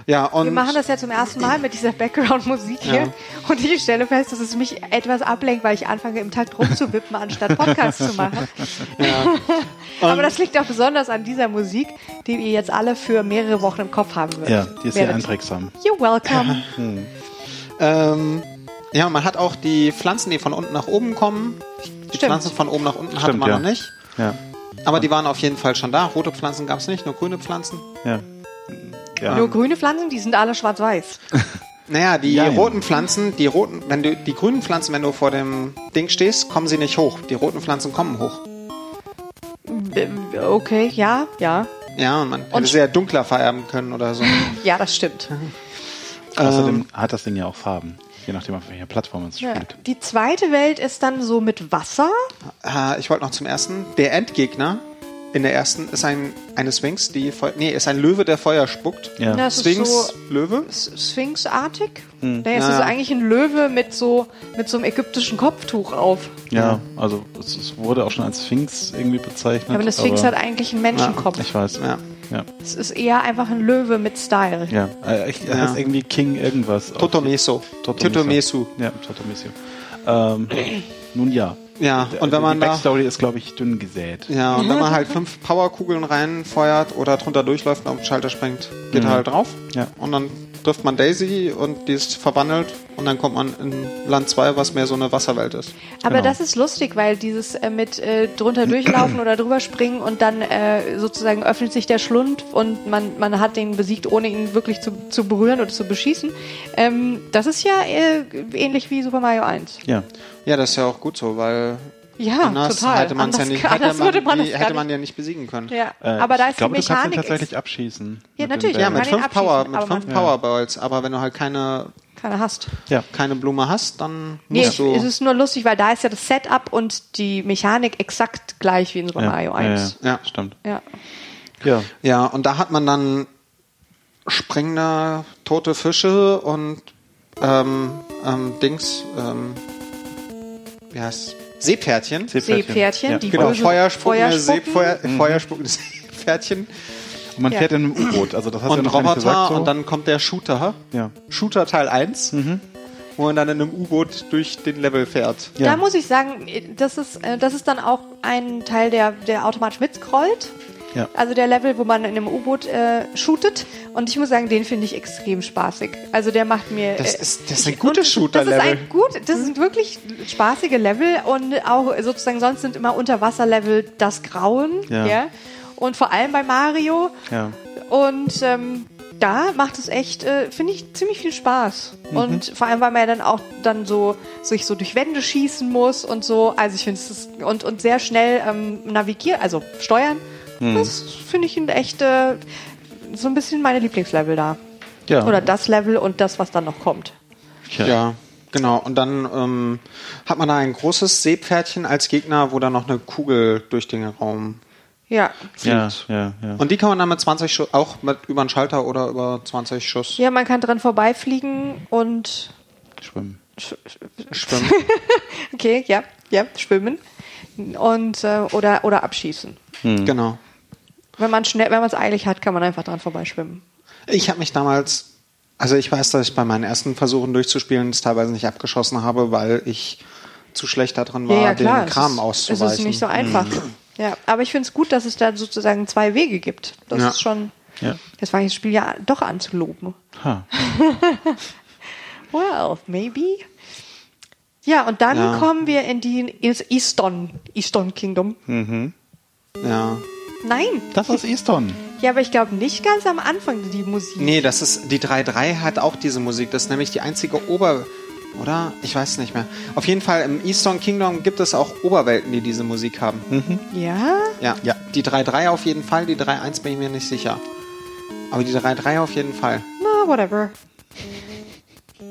S3: Ja, und
S1: Wir machen das ja zum ersten Mal mit dieser Background-Musik hier.
S3: Ja.
S1: Und ich stelle fest, dass es mich etwas ablenkt, weil ich anfange, im Takt rumzuwippen, anstatt Podcast zu machen. [LAUGHS] Aber das liegt auch besonders an dieser Musik, die ihr jetzt alle für mehrere Wochen im Kopf haben werdet.
S2: Ja, die ist sehr
S3: [LAUGHS]
S1: Werdet.
S2: einprägsam.
S1: You're welcome.
S3: Ähm, Ja, man hat auch die Pflanzen, die von unten nach oben kommen. Die Pflanzen von oben nach unten hatte
S2: Stimmt,
S3: man
S2: ja.
S3: noch nicht.
S2: Ja.
S3: Aber die waren auf jeden Fall schon da. Rote Pflanzen gab es nicht, nur grüne Pflanzen.
S2: Ja. ja.
S1: Nur grüne Pflanzen, die sind alle schwarz-weiß.
S3: Naja, die
S2: Jein.
S3: roten Pflanzen, die roten, wenn du die grünen Pflanzen, wenn du vor dem Ding stehst, kommen sie nicht hoch. Die roten Pflanzen kommen hoch.
S1: B- Okay, ja, ja.
S3: Ja, und man hätte sie ja dunkler vererben können oder
S1: [LAUGHS]
S3: so.
S1: Ja, das stimmt.
S2: Außerdem hat das Ding ja auch Farben. Je nachdem, auf welcher Plattform es
S1: Ähm. Ja.
S2: spielt.
S1: Die zweite Welt ist dann so mit Wasser.
S3: Äh, ich wollte noch zum ersten. Der Endgegner in der ersten ist ein eine Sphinx, die Feu nee, ist ein Löwe, der Feuer spuckt.
S2: Ja.
S1: Das
S3: Sphinx,
S1: ist so
S3: Löwe.
S1: Sphinx-artig.
S2: Hm.
S1: Naja, es
S3: Ja,
S1: ist
S3: ja.
S1: eigentlich ein Löwe mit so, mit so einem ägyptischen Kopftuch auf.
S2: Ja, also es, es wurde auch schon als Sphinx irgendwie bezeichnet.
S1: Aber eine Sphinx
S2: aber
S1: hat eigentlich einen Menschenkopf.
S2: Ich weiß.
S3: Ja.
S2: Ja.
S1: es ist eher einfach ein Löwe mit Style.
S2: ja. Äh, ich- Er
S3: Ja.
S2: heißt irgendwie King irgendwas.
S3: Totomeso. Totomesu.
S2: Ja, Totomesu. Ähm, nun ja.
S3: Ja,
S2: Der-
S3: und wenn man
S2: die
S3: da-
S2: Backstory ist, glaube ich, dünn gesät.
S3: Ja, und wenn man halt fünf Powerkugeln reinfeuert oder drunter durchläuft und auf den Schalter springt, geht er halt drauf.
S2: Mhm. Ja.
S3: Und dann trifft man Daisy und die ist verwandelt und dann kommt man in Land 2, was mehr so eine Wasserwelt ist.
S1: Aber
S2: Genau.
S1: das ist lustig, weil dieses äh, mit äh, drunter durchlaufen oder drüber springen und dann äh, sozusagen öffnet sich der Schlund und man, man hat den besiegt, ohne ihn wirklich zu, zu berühren oder zu beschießen. Ähm, das ist ja äh, ähnlich wie Super Mario 1.
S2: Ja.
S3: Ja, das ist ja auch gut so, weil
S1: Ja,
S3: anders
S1: total.
S3: hätte man es ja
S1: Anders-
S3: nicht,
S1: anders [LAUGHS]
S3: hätte
S1: würde man
S3: man, die,
S1: es gar
S3: hätte
S1: nicht-
S3: man ja nicht besiegen können.
S1: Ja,
S2: Äh,
S1: aber da ist
S2: ich glaube,
S1: die
S2: du kannst ihn
S1: Mechanik.
S2: tatsächlich
S1: ist-
S2: abschießen.
S1: Ja,
S2: den
S1: natürlich,
S3: Ja,
S2: Bällen.
S1: man
S3: mit
S1: kann ihn
S3: fünf, Power,
S1: abschießen,
S3: mit
S1: aber
S3: fünf
S1: man-
S3: Powerballs, aber wenn du halt keine,
S1: Keiner hasst.
S2: ja.
S3: keine Blume hast, dann
S1: Nee,
S3: musst du.
S1: es ist nur lustig, weil da ist ja das Setup und die Mechanik exakt gleich wie in Super
S2: ja.
S1: Mario
S2: Ja,
S1: 1.
S2: Ja, ja.
S3: Ja.
S2: stimmt.
S1: Ja.
S2: Ja.
S3: Ja, und da hat man dann springende tote Fische und ähm, ähm, Dings, ähm, wie heißt Seepferdchen.
S1: Seepferdchen, die
S3: genau,
S1: böse
S3: Feuerspuckende See-
S1: Feuerspucken.
S3: Feuer-
S2: Mhm.
S3: äh, Feuerspuckende [LAUGHS]
S2: Und
S3: Seepferdchen
S2: Genau. man
S1: Ja.
S2: fährt in einem U-Boot. Also das hast du ja
S3: und
S2: noch gar nicht
S3: Roboter
S2: gesagt. So.
S3: und dann kommt der Shooter.
S2: Ja. Mhm.
S3: Shooter Teil 1, wo man dann in einem U-Boot durch den Level fährt.
S2: Ja.
S1: Da muss ich sagen, das ist, äh, das ist dann auch ein Teil, der, der automatisch mitscrollt.
S2: Ja.
S1: Also der Level, wo man in einem U-Boot äh, shootet. Und ich muss sagen, den finde ich extrem spaßig. Also der macht mir.
S3: Das
S1: äh,
S3: ist- das sind
S1: ich-
S3: gute
S1: und
S3: Shooter-Level.
S1: Das ist ein gut, das sind wirklich spaßige Level und auch sozusagen sonst sind immer Unterwasserlevel das Grauen.
S2: Ja.
S1: Und vor allem bei Mario.
S2: Ja.
S1: Und ähm, da macht es echt, äh, finde ich, ziemlich viel Spaß.
S2: Mhm.
S1: Und vor allem, weil man ja dann auch dann so sich so durch Wände schießen muss und so. Also ich finde es ist- und, und sehr schnell ähm, navigieren, also steuern.
S2: Mhm.
S1: Das finde ich ein echt äh, so ein bisschen meine Lieblingslevel da.
S2: Ja.
S1: Oder das Level und das, was dann noch kommt.
S2: Tja.
S3: Ja, genau. Und dann ähm, hat man da ein großes Seepferdchen als Gegner, wo dann noch eine Kugel durch den Raum
S1: Ja.
S2: Ja,
S3: fliegt.
S2: ja, ja.
S3: Und die kann man dann mit 20 Schuss, auch mit über einen Schalter oder über 20 Schuss
S1: Ja, man kann dran vorbeifliegen und
S2: Schwimmen.
S1: [LAUGHS]
S3: schwimmen.
S1: okay, ja, ja, schwimmen. Und äh, oder, oder abschießen.
S3: Genau.
S1: Wenn man schnell, wenn man es eilig hat, kann man einfach dran vorbeischwimmen.
S3: Ich habe mich damals, also ich weiß, dass ich bei meinen ersten Versuchen durchzuspielen es teilweise nicht abgeschossen habe, weil ich zu schlecht darin war, den
S1: es
S3: Kram
S1: ist-
S3: auszuweichen. Mhm.
S1: Es ist nicht so einfach. Ja, aber ich finde es gut, dass es da sozusagen zwei Wege gibt. Das
S3: Ja.
S1: ist schon.
S2: Ja.
S1: Das war ich das Spiel ja doch anzuloben.
S2: Ha.
S1: Well, maybe. Ja, und dann
S3: Ja.
S1: kommen wir in die ins Easton, Easton Kingdom.
S3: Hm. Ja.
S1: Nein.
S2: Das ist Easton.
S1: Ja, aber ich glaube nicht ganz am Anfang die Musik.
S3: Nee, das ist, die 3.3 hat auch diese Musik. Das ist nämlich die einzige Ober... Oder? Ich weiß nicht mehr. Auf jeden Fall, im Eastern Kingdom gibt es auch Oberwelten, die diese Musik haben.
S1: Ja?
S3: Ja.
S2: Ja.
S3: Die 3.3 auf jeden Fall, die 3.1 bin ich mir nicht sicher. Aber die 3.3 auf jeden Fall.
S1: Na, whatever.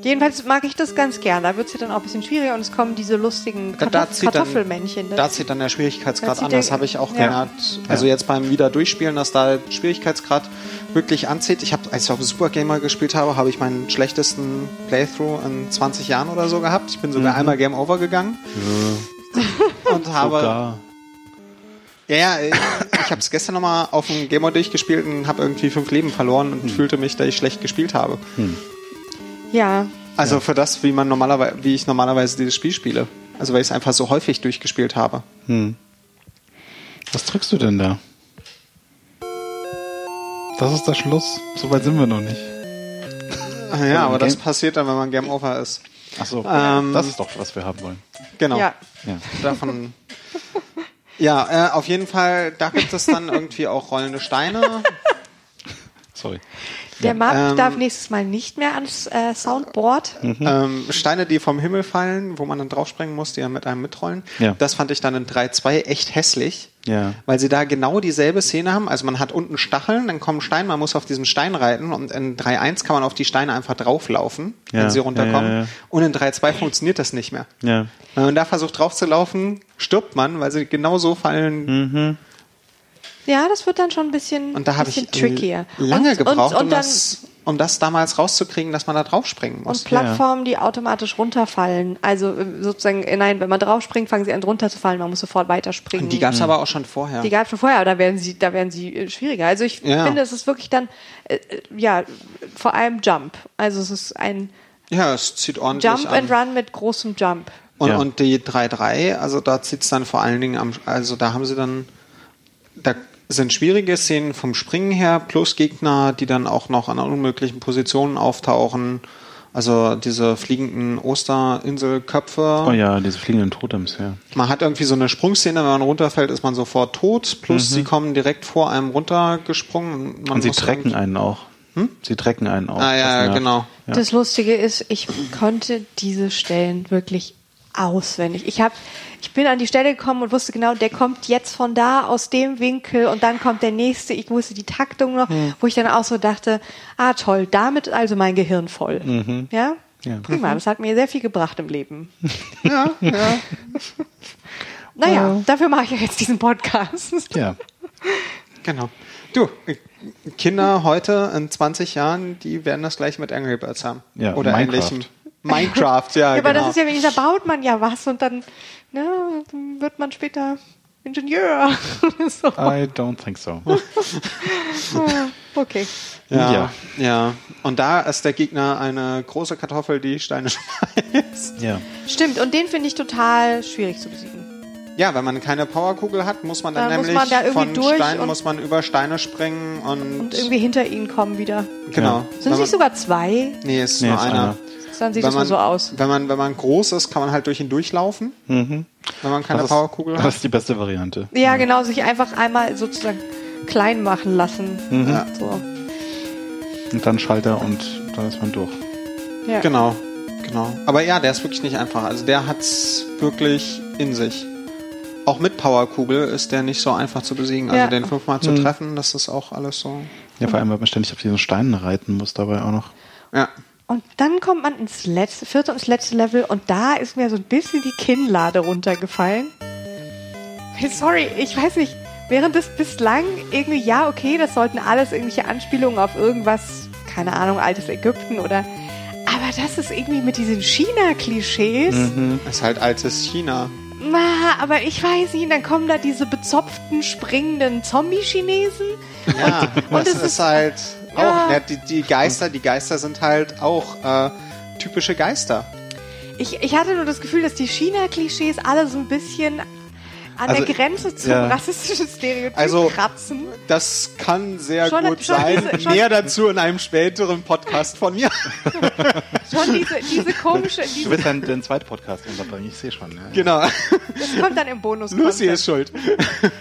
S1: Jedenfalls mag ich das ganz gern. Da wird es ja dann auch ein bisschen schwieriger und es kommen diese lustigen
S3: Da- da
S1: Kartoff
S3: zieht dann-
S1: Kartoffelmännchen. ne?
S3: Da zieht dann der
S1: Da
S3: Schwierigkeitsgrad
S1: zieht
S3: an, das
S1: der-
S3: habe ich auch
S1: ja.
S3: gemerkt. Also jetzt beim wieder durchspielen, dass da der Schwierigkeitsgrad wirklich anzieht. Ich habe, als ich auf dem Super Gamer gespielt habe, habe ich meinen schlechtesten Playthrough in 20 Jahren oder so gehabt. Ich bin sogar
S1: Mhm.
S3: einmal Game Over gegangen und habe
S2: Sogar.
S3: ja, ja, ich habe es gestern nochmal auf dem Game Boy durchgespielt und habe irgendwie fünf Leben verloren
S1: Hm.
S3: und fühlte mich, dass ich schlecht gespielt habe.
S1: ja,
S3: Also für das, wie man normalerweise, wie ich normalerweise dieses Spiel spiele. Also weil ich es einfach so häufig durchgespielt habe.
S2: Was drückst du denn da? Das ist der Schluss. So weit sind wir noch nicht.
S3: Ah Ja, aber das
S2: Game-
S3: passiert dann, wenn man Game Over ist.
S2: Achso,
S3: Ähm,
S2: das ist doch, was wir haben wollen.
S3: Genau.
S1: Ja.
S2: Ja.
S3: Davon. Ja, äh, auf jeden Fall, da gibt es dann irgendwie auch rollende Steine.
S2: Sorry.
S1: Der Map
S3: Ähm,
S1: darf nächstes Mal nicht mehr ans äh, Soundboard.
S2: Hm.
S3: Ähm, Steine, die vom Himmel fallen, wo man dann draufspringen muss, die dann mit einem mitrollen.
S2: Ja.
S3: Das fand ich dann in 3-2 echt hässlich,
S2: Ja.
S3: weil sie da genau dieselbe Szene haben. Also man hat unten Stacheln, dann kommen Steine, man muss auf diesen Stein reiten und in 3-1 kann man auf die Steine einfach drauflaufen,
S2: Ja,
S3: wenn sie
S2: ja,
S3: runterkommen.
S2: ja, ja.
S3: Und in 3-2 funktioniert das nicht mehr.
S2: Ja.
S3: Wenn man da versucht draufzulaufen, stirbt man, weil sie genau so fallen,
S2: Hm.
S1: Ja, das wird dann schon ein bisschen,
S3: Und da habe ich
S1: bisschen trickier.
S3: lange
S1: und,
S3: gebraucht,
S1: und, und
S3: um,
S1: dann
S3: das, um das damals rauszukriegen, dass man da drauf springen muss.
S1: und Plattformen, die automatisch runterfallen. Also äh, sozusagen, äh, nein, wenn man draufspringt, fangen sie an runterzufallen. Man muss sofort weiterspringen.
S3: Und die
S2: Hm.
S3: gab es aber auch schon vorher.
S1: Die gab es schon vorher, aber da werden sie, da werden sie äh, schwieriger. Also ich
S3: Ja.
S1: finde, es ist wirklich dann, äh, äh, ja, vor allem Jump. Also es ist ein
S3: ja, es zieht ordentlich
S1: Jump and
S3: an.
S1: Run mit großem Jump.
S3: Und,
S2: Ja.
S3: und die 3-3, also da zieht es dann vor allen Dingen am, also da haben sie dann, da sind schwierige Szenen vom Springen her, plus Gegner, die dann auch noch an unmöglichen Positionen auftauchen. Also diese fliegenden Osterinselköpfe.
S2: Oh ja, diese fliegenden Totems, ja.
S3: Man hat irgendwie so eine Sprungszene, wenn man runterfällt, ist man sofort tot. Plus sie kommen direkt vor einem runtergesprungen. Man
S2: Mhm. Und sie
S3: muss
S2: trecken
S3: irgendwie-
S2: einen auch. Sie trecken einen auch.
S3: Ah
S2: Das
S3: ja,
S2: nervt.
S3: genau.
S2: Ja.
S1: Das Lustige ist, ich konnte diese Stellen wirklich auswendig. Ich hab, ich bin an die Stelle gekommen und wusste genau, der kommt jetzt von da aus dem Winkel und dann kommt der nächste. Ich wusste die Taktung noch,
S2: Hm.
S1: wo ich dann auch so dachte, ah toll, damit also mein Gehirn voll. Ja?
S2: Mhm. Ja.
S1: Prima, das hat mir sehr viel gebracht im Leben.
S3: Ja, ja.
S1: [LAUGHS] Naja, dafür mache ich ja jetzt diesen Podcast.
S2: Ja.
S3: Genau. Du, Kinder heute in 20 Jahren, die werden das gleich mit Angry Birds haben.
S2: Ja,
S3: Oder
S2: Minecraft.
S3: ähnlichem. Minecraft,
S1: [LAUGHS]
S3: ja,
S1: Ja,
S3: genau.
S1: aber das ist ja wenigstens, da baut man ja was und dann, ne, dann wird man später Ingenieur. [LAUGHS] so.
S3: Ah.
S2: I don't think so.
S1: Okay.
S3: ja,
S2: Ja.
S3: ja. Und da ist der Gegner eine große Kartoffel, die Steine [LAUGHS] schmeißt.
S2: ja.
S1: Stimmt, und den finde ich total schwierig zu besiegen.
S3: Ja, wenn man keine Powerkugel hat, muss man dann,
S1: Dann muss
S3: nämlich
S1: man da irgendwie
S3: von
S1: durch
S3: Steinen
S1: und-
S3: muss man über Steine springen und,
S1: Und irgendwie hinter ihnen kommen wieder.
S3: genau.
S2: Ja.
S1: Sind
S3: Wenn
S1: es
S3: man,
S1: nicht sogar zwei?
S3: Nee, es ist
S2: Nee,
S3: nur
S2: ist
S3: einer.
S2: einer.
S1: Dann sieht
S3: Wenn
S1: es nur
S3: man,
S1: so aus.
S3: Wenn man, wenn man groß ist, kann man halt durch ihn durchlaufen. Wenn man keine
S2: Mhm. das, ist,
S3: Powerkugel hat.
S2: das ist die beste Variante.
S1: Ja, genau, sich einfach einmal sozusagen klein machen lassen.
S3: Mhm.
S1: Ja. So.
S2: Und dann Schalter und dann ist man durch.
S1: Ja.
S3: Genau, genau. Aber ja, der ist wirklich nicht einfach. Also der hat's wirklich in sich. Auch mit Powerkugel ist der nicht so einfach zu besiegen. Also
S1: Ja.
S3: den fünfmal
S1: Mhm.
S3: zu treffen, das ist auch alles so.
S2: Ja, vor allem, weil man ständig auf diesen Steinen reiten muss, dabei auch noch.
S3: Ja.
S1: Und dann kommt man ins letzte, vierte und das letzte Level und da ist mir so ein bisschen die Kinnlade runtergefallen. Hey, sorry, ich weiß nicht. Während es bislang irgendwie, ja, okay, das sollten alles irgendwelche Anspielungen auf irgendwas, keine Ahnung, altes Ägypten oder. Aber das ist irgendwie mit diesen China-Klischees.
S3: Ist halt altes China.
S1: Na, aber ich weiß nicht, dann kommen da diese bezopften, springenden Zombie-Chinesen.
S3: [LAUGHS] Ja,
S1: und
S3: das
S1: es
S3: ist,
S1: ist-
S3: halt auch.
S1: Ja.
S3: Ja, die, die Geister, die Geister sind halt auch äh, typische Geister.
S1: Ich, ich hatte nur das Gefühl, dass die China-Klischees alle so ein bisschen an
S2: Also,
S1: der Grenze zum
S2: ja.
S1: rassistischen Stereotyp
S3: Also-
S1: kratzen.
S3: Das kann sehr
S1: Schon-
S3: gut
S1: schon
S3: sein.
S1: diese- schon-
S3: Mehr dazu in einem späteren Podcast von mir. [LAUGHS]
S1: Schon diese, diese
S2: [LAUGHS]
S1: komische,
S2: Du
S1: diese,
S2: willst dann den zweiten Podcast unterbringen, ich sehe schon. Ja.
S1: [LAUGHS]
S3: genau.
S1: das kommt dann im bonus
S3: Lucy ist schuld.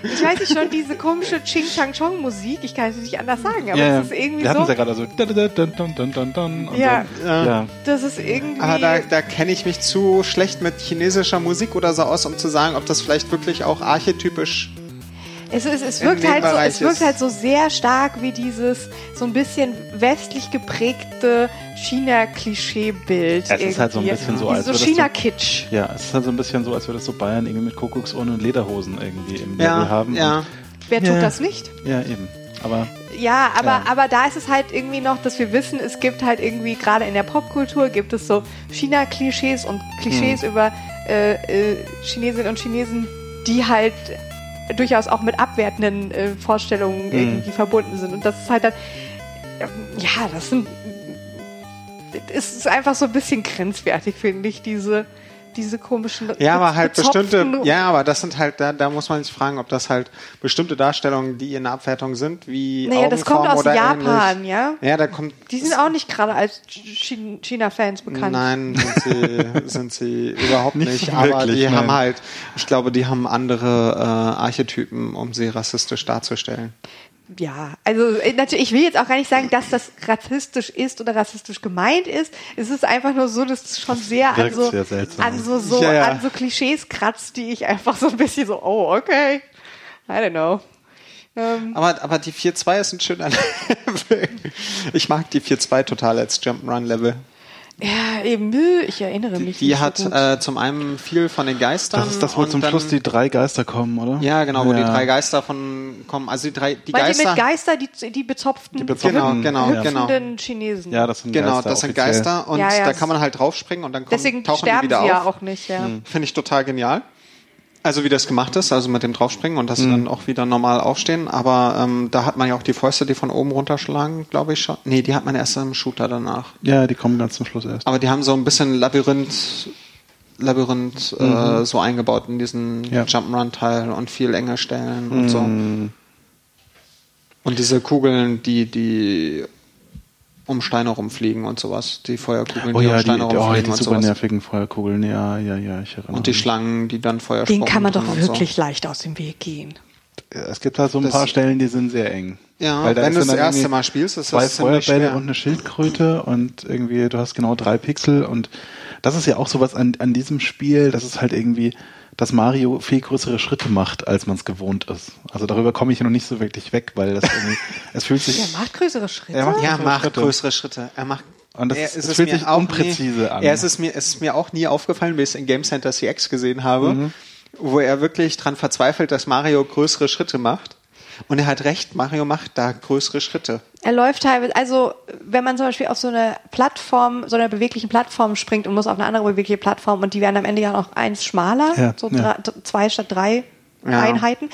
S1: Ich weiß nicht, schon diese komische Ching-Chang-Chong-Musik, ich kann es nicht anders sagen, aber
S2: Ja,
S1: das ist irgendwie
S2: wir hatten es ja
S1: so,
S2: gerade so. Dun, dun, dun, dun, dun, dun, dun, und
S1: Ja.
S2: Dann, ja. Ah,
S1: das ist irgendwie...
S3: Aber da, da kenne ich mich zu schlecht mit chinesischer Musik oder so aus, um zu sagen, ob das vielleicht wirklich auch archetypisch.
S1: Es, ist, es,
S3: In
S1: wirkt
S3: dem
S1: halt so, es
S3: Bereich
S1: wirkt
S3: ist-
S1: halt so sehr stark wie dieses so ein bisschen westlich geprägte China-Klischee-Bild.
S2: Es ist halt so ein
S1: irgendwie.
S2: bisschen so,
S1: Dieses
S2: als
S1: so
S2: würdest du-
S1: China-Kitsch.
S2: Ja, es ist halt so ein bisschen so, als würdest du Bayern irgendwie mit Kuckucksohren und Lederhosen irgendwie im Level
S3: Ja,
S2: haben.
S3: ja.
S1: Wer
S2: Ja.
S1: tut das nicht?
S2: Und, ja, eben. Aber
S1: Ja, aber,
S2: Ja.
S1: aber da ist es halt irgendwie noch, dass wir wissen, es gibt halt irgendwie, gerade in der Popkultur, gibt es so China-Klischees und Klischees
S3: Hm.
S1: über äh, äh, Chinesinnen und Chinesen, die halt durchaus auch mit abwertenden äh, Vorstellungen
S3: Hm.
S1: irgendwie verbunden sind. Und das ist halt dann, ähm, ja, das sind, es ist einfach so ein bisschen grenzwertig, finde ich, diese, diese komischen.
S3: Ja, aber halt
S1: bezopften-
S3: bestimmte, ja, aber das sind halt, da, da muss man sich fragen, ob das halt bestimmte Darstellungen, die in der Abwertung sind, wie
S1: Naja, das
S3: Augenform
S1: kommt aus
S3: oder
S1: Japan,
S3: ähnlich.
S1: ja?
S3: Ja, da kommt.
S1: Die sind auch nicht gerade als Chi- China-Fans bekannt.
S3: Nein, sind
S1: [LAUGHS]
S3: sie, sind sie überhaupt
S2: Nicht
S3: nicht, aber
S2: wirklich,
S3: die
S2: nein.
S3: haben halt, ich glaube, die haben andere äh, Archetypen, um sie rassistisch darzustellen.
S1: Ja, also äh, natürlich, ich will jetzt auch gar nicht sagen, dass das rassistisch ist oder rassistisch gemeint ist. Es ist einfach nur so, dass es schon sehr an
S2: Wirkt
S1: so,
S2: sehr seltsam.
S1: an so, so,
S3: Ja, ja.
S1: an so Klischees kratzt, die ich einfach so ein bisschen so, oh, okay. I don't know. Ähm,
S3: Aber, aber die 4-2 ist ein schöner [LAUGHS] Level. Ich mag die 4-2 total als Jump'n'Run-Level.
S1: ja, eben, äh, ich erinnere mich.
S3: Die
S1: nicht
S3: hat
S1: So gut.
S3: äh, zum einen viel von den Geistern.
S2: Das ist das, wo
S3: und
S2: zum
S3: dann-
S2: Schluss die drei Geister kommen, oder?
S3: Ja, genau, wo die
S2: Ja.
S3: drei Geister von kommen. Also die drei, die
S1: Meint ihr
S3: Geister.
S1: mit Geister, die, die bezopften,
S2: Die bezopften-
S3: genau, genau,
S2: Ja.
S3: genau.
S1: hüpfenden Chinesen?
S2: Ja, das sind
S3: Genau,
S2: Geister.
S3: das sind
S2: offiziell.
S3: Geister und
S1: Ja, ja,
S3: da
S1: das-
S3: kann man halt draufspringen und dann kommen,
S1: Deswegen
S3: tauchen die
S1: sterben
S3: wieder
S1: sie ja
S3: auf.
S1: auch
S3: Hm,
S1: nicht, ja.
S3: Finde ich total genial. Also wie das gemacht ist, also mit dem draufspringen und das
S2: Mhm.
S3: dann auch wieder normal aufstehen. Aber ähm, da hat man ja auch die Fäuste, die von oben runterschlagen, glaube ich schon. Nee, die hat man erst im Shooter danach.
S2: Ja, die kommen ganz zum Schluss erst.
S3: Aber die haben so ein bisschen Labyrinth, Labyrinth äh, so eingebaut in diesen
S2: Mhm. Ja. Mhm.
S3: Jump'n'Run-Teil und viel enge Stellen und so. Und diese Kugeln, die, die um Steine rumfliegen und sowas. Die Feuerkugeln,
S2: Oh
S3: die um
S2: ja, die, die,
S3: Steine
S2: oh,
S3: rumfliegen
S2: die
S3: und
S2: super
S3: sowas.
S2: nervigen Feuerkugeln. Ja, ja, ja, ich erinnere
S3: Und die
S2: mich.
S3: Schlangen, die dann Feuer
S1: Den kann man
S3: spucken
S1: doch
S3: und so.
S1: wirklich leicht aus dem Weg gehen.
S2: Es gibt halt so ein
S3: Das-
S2: paar Stellen, die sind sehr eng.
S3: Ja,
S2: da
S3: wenn
S2: ist
S3: du das
S2: dann
S3: erste
S2: irgendwie
S3: Mal spielst, ist das
S2: zwei
S3: ziemlich
S2: Feuerbälle
S3: schwer.
S2: und eine Schildkröte und irgendwie du hast genau drei Pixel und das ist ja auch sowas an, an diesem Spiel, dass es halt irgendwie, dass Mario viel größere Schritte macht, als man es gewohnt ist. Also darüber komme ich ja noch nicht so wirklich weg, weil das
S1: [LAUGHS]
S2: irgendwie, es fühlt sich
S1: Der macht größere Schritte.
S2: Er macht-
S3: Ja, er macht
S2: Schritte.
S3: größere Schritte. Er macht.
S2: Und das
S3: er,
S2: ist- es fühlt sich
S3: auch
S2: unpräzise
S3: nie,
S2: an.
S3: Ja, es ist mir, es ist mir auch nie aufgefallen, bis ich es in Game Center CX gesehen habe,
S2: Mhm.
S3: wo er wirklich dran verzweifelt, dass Mario größere Schritte macht. Und er hat recht, Mario macht da größere Schritte.
S1: Er läuft teilweise, also wenn man zum Beispiel auf so eine Plattform, so einer beweglichen Plattform springt und muss auf eine andere bewegliche Plattform und die werden am Ende ja noch eins schmaler,
S2: Ja,
S1: so
S2: ja. Mhm.
S1: drei, zwei statt drei
S3: Ja.
S1: Einheiten,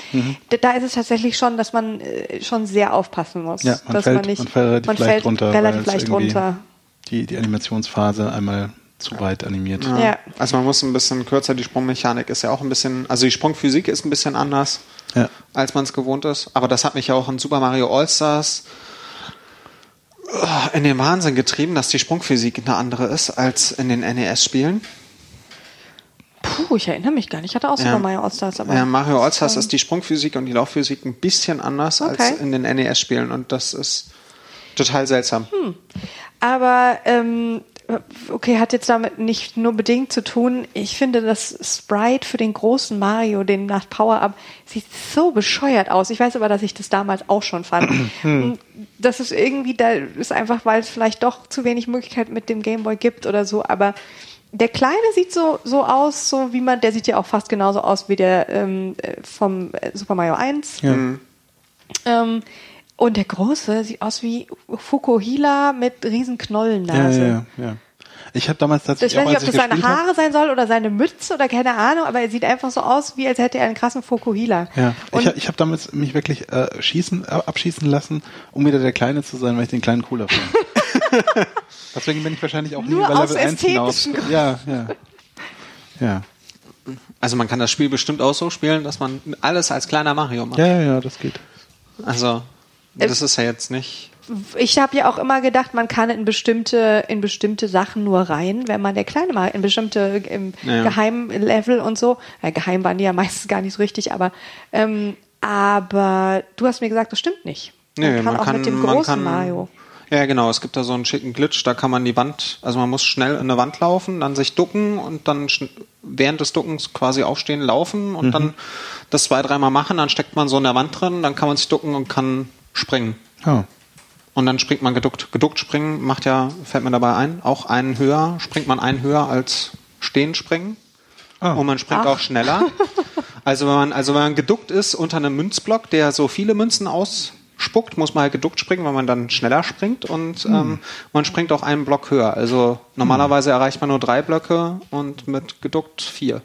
S1: da, da ist es tatsächlich schon, dass man äh, schon sehr aufpassen muss,
S2: Ja, man
S1: dass
S2: fällt,
S1: man nicht,
S2: man fällt relativ
S1: man
S2: leicht
S1: fällt
S2: runter.
S1: relativ
S2: weil es
S1: leicht
S2: irgendwie
S1: runter.
S2: Die, die Animationsphase einmal zu weit animiert.
S1: Ja.
S3: Also man muss ein bisschen kürzer, die Sprungmechanik ist ja auch ein bisschen, also die Sprungphysik ist ein bisschen anders,
S2: Ja.
S3: als man es gewohnt ist. Aber das hat mich ja auch in Super Mario All-Stars äh, in den Wahnsinn getrieben, dass die Sprungphysik eine andere ist als in den E NES-Spielen.
S1: Puh, ich erinnere mich gar nicht. Ich hatte auch Super Mario All-Stars, aber
S3: Ja, Mario All-Stars ist die Sprungphysik und die Laufphysik ein bisschen anders
S1: Okay.
S3: als in den NES-Spielen und das ist total seltsam.
S1: Hm. Aber ähm, okay, hat jetzt damit nicht nur bedingt zu tun. Ich finde das Sprite für den großen Mario, den nach Power-Up, sieht so bescheuert aus. Ich weiß aber, dass ich das damals auch schon fand. Und das ist irgendwie, da ist einfach, weil es vielleicht doch zu wenig Möglichkeit mit dem Gameboy gibt oder so, aber der Kleine sieht so, so aus, so wie man, der sieht ja auch fast genauso aus wie der ähm, äh, vom äh, Super Mario 1.
S2: Ja.
S1: Ähm, und der Große sieht aus wie Fukuhila mit riesen Knollennase.
S2: Ja, ja, ja. Ich habe damals
S1: Ich
S2: tatsächlich
S1: weiß nicht, ob
S2: als
S1: das
S2: ich
S1: seine
S2: gespielt hab-
S1: Haare sein soll oder seine Mütze oder keine Ahnung, aber er sieht einfach so aus, wie als hätte er einen krassen Fukuhila.
S2: Ja,
S1: Und
S2: ich, hab- ich habe damals mich wirklich äh, schießen, ab- abschießen lassen, um wieder der Kleine zu sein, weil ich den Kleinen cooler fand. [LAUGHS] Deswegen bin ich wahrscheinlich auch nie
S1: Nur
S2: über
S1: aus
S2: Level 1 hinaus.
S1: ästhetischen Gründen.
S2: Ja, ja. Ja.
S3: Also man kann das Spiel bestimmt auch so spielen, dass man alles als kleiner Mario macht.
S2: ja, ja, ja, das geht.
S3: Also
S1: Äh,
S3: das ist ja jetzt nicht.
S1: ich habe ja auch immer gedacht, man kann in bestimmte, in bestimmte Sachen nur rein, wenn man der Kleine mal in bestimmte im
S3: Ja.
S1: Geheimlevel und so. Ja, geheim waren die ja meistens gar nicht so richtig, aber, ähm, aber du hast mir gesagt, das stimmt nicht. Man kann auch mit dem großen Mario.
S3: Ja, genau. Es gibt da so einen schicken Glitch, da kann man die Wand, also man muss schnell in eine Wand laufen, dann sich ducken und dann schn- während des Duckens quasi aufstehen, laufen und dann das zwei, dreimal machen, dann steckt man so in der Wand drin, dann kann man sich ducken und kann springen.
S2: Oh.
S3: Und dann springt man geduckt. Geduckt springen macht ja, fällt mir dabei ein, auch einen höher, springt man einen höher als stehen springen.
S2: Ah.
S3: Und man springt
S1: Ach. [LAUGHS]
S3: auch schneller. Also wenn man, also wenn man geduckt ist unter einem Münzblock, der so viele Münzen ausspuckt, muss man halt geduckt springen, weil man dann schneller springt und
S1: Hm.
S3: ähm, man springt auch einen Block höher. Also normalerweise erreicht man nur drei Blöcke und mit geduckt
S1: Hm,
S3: vier.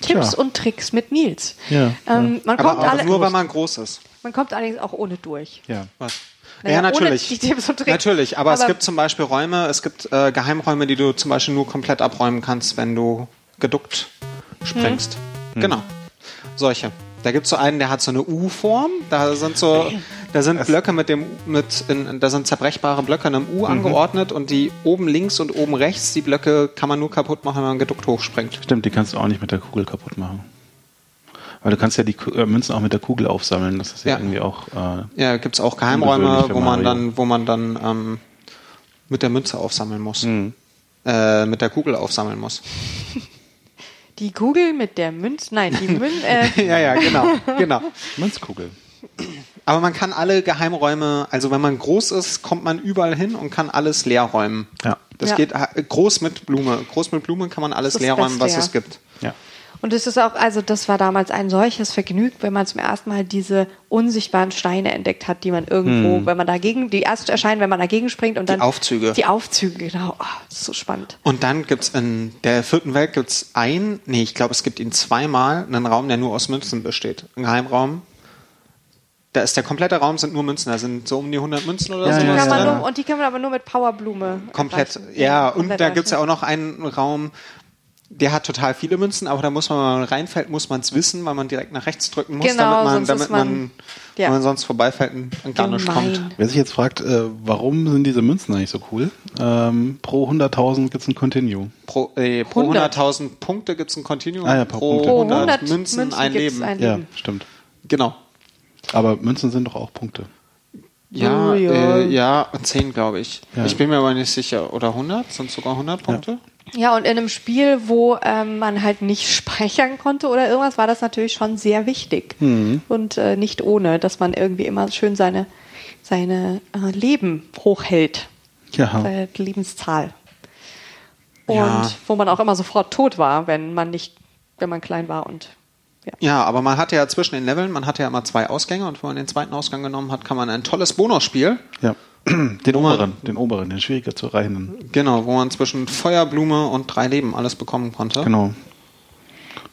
S1: Tipps
S2: Tja.
S1: und Tricks mit Nils.
S2: Ja,
S1: ähm, man,
S3: Aber
S1: kommt
S3: auch
S1: alle,
S3: nur, wenn man groß ist.
S1: man kommt allerdings auch ohne durch.
S2: Ja.
S3: Was?
S1: Naja,
S3: ja,
S1: ohne
S3: natürlich.
S1: die Tipps und Tricks.
S3: Natürlich, aber,
S1: Aber-
S3: es gibt zum Beispiel Räume, es gibt äh, Geheimräume, die du zum Beispiel nur komplett abräumen kannst, wenn du geduckt sprengst.
S1: Mhm.
S3: Genau. Solche. Da gibt's so einen, der hat so eine U-Form. Da sind so, da sind Blöcke mit dem, mit, in, da sind zerbrechbare Blöcke in einem U angeordnet und die oben links und oben rechts, die Blöcke kann man nur kaputt machen, wenn man geduckt hochspringt.
S2: Stimmt, die kannst du auch nicht mit der Kugel kaputt machen. Weil du kannst ja die Ku- äh, Münzen auch mit der Kugel aufsammeln. Das ist ja,
S3: Ja.
S2: irgendwie auch. Äh,
S3: Ja, gibt's auch Geheimräume,
S2: Ungewöhnlich für
S3: wo man
S2: Mario.
S3: dann, wo man dann ähm, mit der Münze aufsammeln muss.
S2: Mhm.
S3: Äh, mit der Kugel aufsammeln muss.
S1: Die Kugel mit der Münz, nein,
S2: [LAUGHS]
S1: die Münz, äh,
S3: [LAUGHS] ja, ja, genau, genau.
S2: Münzkugel.
S3: Aber man kann alle Geheimräume, also wenn man groß ist, kommt man überall hin und kann alles leer räumen.
S2: Ja.
S3: Das
S1: Ja.
S3: geht äh, groß mit Blume. Groß mit Blume kann man alles
S1: Das
S3: leer räumen,
S1: Beste,
S3: was
S1: ja.
S3: es gibt.
S2: Ja.
S1: Und es ist auch, also das war damals ein solches Vergnügen, wenn man zum ersten Mal diese unsichtbaren Steine entdeckt hat, die man irgendwo, wenn man dagegen, die erst erscheinen, wenn man dagegen springt und dann.
S3: Hm. Aufzüge.
S1: Die Aufzüge, genau. Oh, das ist so spannend.
S3: Und dann gibt's in der vierten Welt gibt's ein, nee, ich glaube, es gibt ihn zweimal, einen Raum, der nur aus Münzen besteht. Ein Geheimraum. Da ist der komplette Raum, sind nur Münzen. Da sind so um die 100 Münzen oder
S2: Ja,
S3: sowas
S1: Also Die
S2: ja,
S1: kann man
S2: ja.
S3: drin.
S1: nur, und die kann man aber nur mit Powerblume.
S3: Komplett,
S1: erreichen.
S3: ja. Und
S1: komplett
S3: da gibt's ja
S1: erreichen.
S3: auch noch einen Raum, der hat total viele Münzen, aber da muss man, wenn man reinfällt, muss man es wissen, weil man direkt nach rechts drücken muss,
S1: Genau,
S3: damit man,
S1: sonst
S3: damit
S1: ist man-
S3: man,
S1: ja.
S3: wenn man sonst vorbeifällt und und gar nicht kommt.
S1: Gemein.
S2: Wer sich jetzt fragt, äh, warum sind diese Münzen eigentlich so cool? Ähm, pro 100.000 gibt es ein Continue.
S3: Pro, äh, pro
S1: 100.
S3: 100.000 Punkte gibt's ein Continuum,
S2: Ah ja, pro
S3: pro,
S2: Punkte.
S1: Pro
S3: 100,
S1: 100
S3: Münzen,
S1: Münzen
S3: ein
S1: gibt's
S3: Leben.
S1: ein-
S2: Ja,
S1: Leben.
S2: stimmt.
S3: Genau.
S2: Aber Münzen sind doch auch Punkte.
S3: Ja,
S1: Oh, ja.
S3: Äh, ja, 10 glaube ich.
S2: Ja.
S3: Ich bin mir aber nicht sicher. Oder 100? Sind sogar 100 Punkte?
S1: Ja, und in einem Spiel, wo ähm, man halt nicht [LAUGHS] speichern konnte oder irgendwas, war das natürlich schon sehr wichtig.
S3: Mhm.
S1: Und äh, nicht ohne, dass man irgendwie immer schön seine, seine äh, Leben hochhält.
S2: Ja.
S1: Seine Lebenszahl. Und
S3: Ja.
S1: wo man auch immer sofort tot war, wenn man nicht, wenn man klein war und ja.
S3: Ja, aber man hatte ja zwischen den Leveln, man hatte ja immer zwei Ausgänge und wenn man den zweiten Ausgang genommen hat, kann man ein tolles Bonusspiel,
S2: Ja. [CLEARS THROAT] Den
S3: Nummer-
S2: oberen, den oberen, den schwieriger zu erreichenden.
S3: genau, wo man zwischen Feuerblume und drei Leben alles bekommen konnte.
S2: Genau.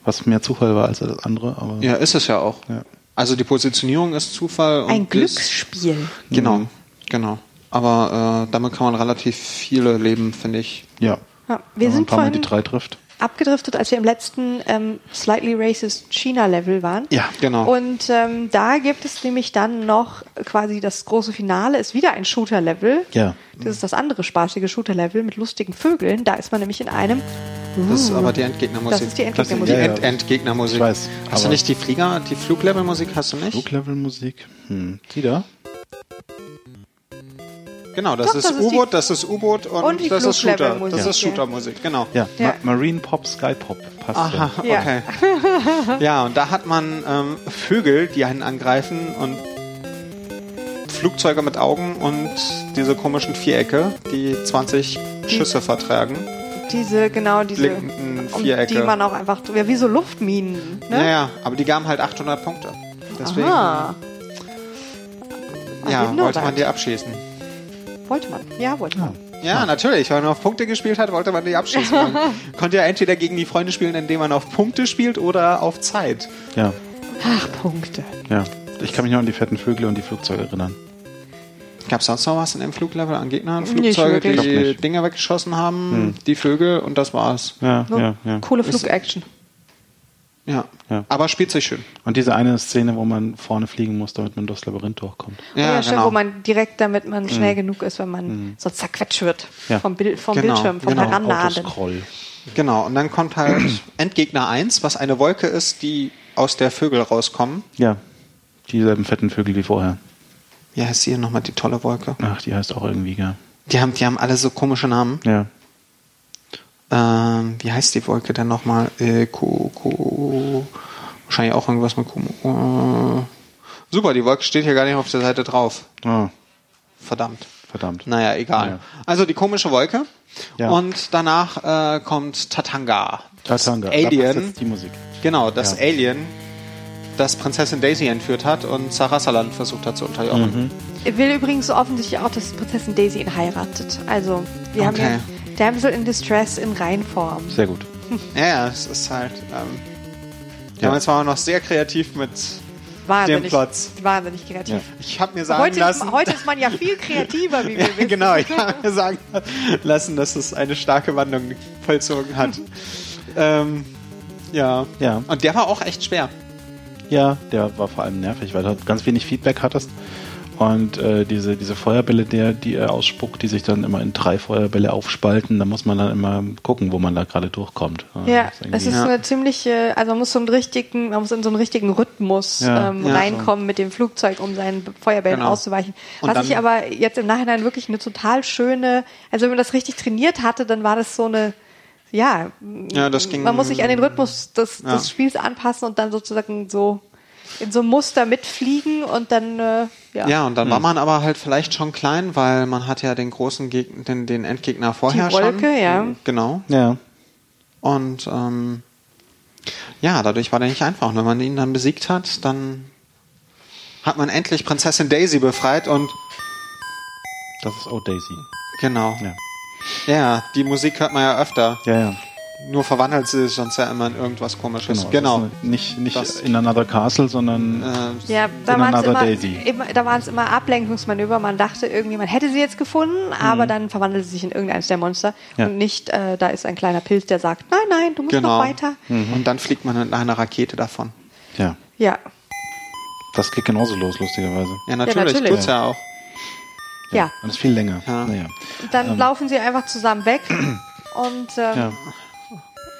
S2: Was mehr Zufall war als das andere, aber
S3: Ja, ist es ja auch.
S2: Ja.
S3: Also die Positionierung ist Zufall. Und
S1: ein
S3: das-
S1: Glücksspiel.
S3: Genau,
S2: Mhm.
S3: genau. Aber äh, damit kann man relativ viele Leben, finde ich.
S2: ja.
S1: Ja, wir
S2: Wenn man ein
S1: sind
S2: paar Mal die
S1: vorhin
S2: drei trifft.
S1: abgedriftet, als wir im letzten ähm, slightly racist China-Level waren.
S2: Ja,
S3: Genau.
S1: Und ähm, da gibt es nämlich dann noch quasi das große Finale, ist wieder ein Shooter-Level.
S2: Ja.
S1: Das ist das andere spaßige Shooter-Level mit lustigen Vögeln. Da ist man nämlich in einem.
S3: Das Uh. ist aber die
S1: Das
S3: Endgegnermusik.
S1: ist die
S2: Das ist-
S1: Endgegnermusik.
S3: Die
S2: Ja, ja.
S3: End Endgegnermusik.
S2: Ich weiß,
S3: Hast du
S2: aber-
S3: nicht die Flieger, die Fluglevelmusik hast du nicht?
S2: Fluglevel-Musik. Hm. Die da?
S3: Genau, das
S1: Doch,
S3: ist
S1: das ist die-
S3: U-Boot, das ist U-Boot und,
S1: Und die
S3: das ist Shooter.
S1: Fluglevelmusik,
S3: Das ist
S1: ja.
S3: Shooter-Musik, genau.
S2: Ja.
S1: Ja.
S2: Ma Marine Pop, Sky Pop. Passt
S3: Aha,
S2: ja.
S1: Ja. [LAUGHS]
S3: okay. ja, und da hat man ähm, Vögel, die einen angreifen und Flugzeuge mit Augen und diese komischen Vierecke, die 20 Schüsse vertragen.
S1: Diese, genau, diese.
S3: Blinkenden
S1: um
S3: Vierecke.
S1: Die man auch einfach. Ja, wie so Luftminen. Ne?
S3: Naja, aber die gaben halt 800 Punkte. Deswegen
S1: Aha. I didn't
S3: ja,
S1: know
S3: wollte man
S1: that.
S3: die abschießen.
S1: Wollte man. Ja, wollte man.
S3: Ja, natürlich. Wenn man auf Punkte gespielt hat, wollte man die abschießen.
S1: [LAUGHS]
S3: Man konnte ja entweder gegen die Freunde spielen, indem man auf Punkte spielt oder auf Zeit.
S2: ja.
S1: Ach, Punkte.
S2: Ja. Ich kann mich noch an die fetten Vögel und die Flugzeuge erinnern.
S3: Gab es sonst noch was in dem Fluglevel an Gegnern?
S1: Nicht
S3: Flugzeuge,
S1: wirklich.
S3: die
S2: Glaub
S3: die
S2: nicht. Hm.
S3: Dinger weggeschossen haben, die Vögel und das war's.
S2: Ja,
S1: So,
S2: ja, ja.
S1: Coole Flugaction.
S3: Ja.
S2: Ja.
S3: Aber spielt sich schön.
S2: Und diese eine Szene, wo man vorne fliegen muss, damit man durchs Labyrinth durchkommt.
S1: Ja, ja
S3: genau.
S1: stimmt, wo man direkt, damit man schnell genug ist, wenn man sonst zerquetscht wird
S2: Mhm. Ja.
S1: vom, Bild, vom
S3: Genau,
S1: Bildschirm, vom
S3: genau.
S1: Herannahen.
S2: Autoscroll.
S3: genau. Und dann
S2: [CLEARS THROAT]
S3: kommt halt Endgegner 1, was eine Wolke ist, die aus der Vögel rauskommen.
S2: Ja. Dieselben fetten Vögel wie vorher.
S3: Wie heißt hier nochmal die tolle Wolke?
S2: Ach, die heißt auch irgendwie, gell?
S3: Die haben, die haben alle so komische Namen.
S2: Ja.
S3: Ähm, wie heißt die Wolke denn nochmal? Äh, Ku, Ku, wahrscheinlich auch irgendwas mit Ku. Äh, super, die Wolke steht hier gar nicht auf der Seite drauf.
S2: Ah,
S3: Verdammt.
S2: verdammt.
S3: Naja, egal.
S2: Naja.
S3: Also die komische Wolke.
S2: Ja.
S3: Und danach äh, kommt Tatanga. Das
S2: Tatanga. Da passt
S3: Alien.
S2: jetzt die Musik.
S3: Genau, das
S2: Ja.
S3: Alien, das Prinzessin Daisy entführt hat und Sarasaland versucht hat zu unterjochen.
S2: Mhm.
S1: Er will übrigens offensichtlich auch, dass Prinzessin Daisy ihn heiratet. Also, wir haben
S3: Okay.
S1: hier Damsel in Distress in Reinform.
S2: Sehr gut.
S3: Ja, ja, es ist halt. Ähm, Damals waren wir noch sehr kreativ mit.
S1: Wahnsinnig,
S3: Dem Platz.
S1: wahnsinnig kreativ.
S2: Ja.
S3: Ich habe mir sagen
S1: Heute, ist,
S3: lassen.
S1: heute ist man ja viel kreativer,
S3: [LAUGHS]
S1: wie wir wissen. [LAUGHS]
S3: genau, ich habe mir sagen lassen, dass es eine starke Wandlung vollzogen hat. Ähm, ja.
S2: Ja.
S3: Und der war auch echt schwer.
S2: Ja, der war vor allem nervig, weil du halt ganz wenig Feedback hattest. Und äh, diese, diese Feuerbälle, der, die er ausspuckt, die sich dann immer in drei Feuerbälle aufspalten, da muss man dann immer gucken, wo man da gerade durchkommt. Ah,
S1: Ja,
S2: das ist irgendwie-
S1: es ist
S3: Ja.
S1: eine ziemliche, also man muss so einen richtigen, man muss in so einen richtigen Rhythmus
S2: Ja,
S1: ähm,
S2: ja,
S1: reinkommen mit dem Flugzeug, um seinen Feuerbällen
S3: Genau.
S1: auszuweichen.
S3: Und
S1: Was
S3: dann-
S1: ich aber jetzt im Nachhinein wirklich eine total schöne, also wenn man das richtig trainiert hatte, dann war das so eine, ja,
S3: Ja, das ging-
S1: man muss sich an den Rhythmus des,
S3: Ja.
S1: des Spiels anpassen und dann sozusagen so in so einem Muster mitfliegen und dann, äh, ja.
S3: Ja, und dann
S2: Mhm.
S3: war man aber halt vielleicht schon klein, weil man hat ja den großen Gegner, den, den Endgegner vorher schon.
S1: Wolke, ja.
S3: Genau.
S2: ja.
S3: Und ähm, ja, dadurch war der nicht einfach. Und wenn man ihn dann besiegt hat, dann hat man endlich Prinzessin Daisy befreit und
S2: Das ist Oh Daisy.
S3: genau.
S2: Ja.
S3: Ja, die Musik hört man ja öfter.
S2: Ja, ja.
S3: Nur verwandelt sie sich sonst ja immer in irgendwas komisches.
S2: Genau.
S3: Genau.
S2: Das ist Nicht, nicht
S3: Das-
S2: in Another Castle, sondern
S3: Äh,
S1: Ja, da
S2: In
S1: waren es
S2: Another
S1: immer,
S2: Daisy.
S1: immer, da waren's immer Ablenkungsmanöver. Man dachte irgendwie, man hätte sie jetzt gefunden, aber dann verwandelte sie sich in irgendeines der Monster
S2: Mhm. Ja.
S1: und nicht, äh, da ist ein kleiner Pilz, der sagt, nein, nein, du musst
S3: genau.
S1: noch weiter.
S2: Mhm.
S3: Und dann fliegt man mit einer Rakete davon.
S2: ja,
S1: Ja,
S2: das geht genauso los, lustigerweise.
S3: Ja, natürlich,
S1: natürlich.
S3: tut's ja auch.
S1: ja.
S2: Und ist viel länger.
S3: Ja.
S2: Naja.
S1: Dann
S2: Ähm.
S1: laufen sie einfach zusammen
S2: [CLEARS THROAT]
S1: weg und ähm,
S2: Ja.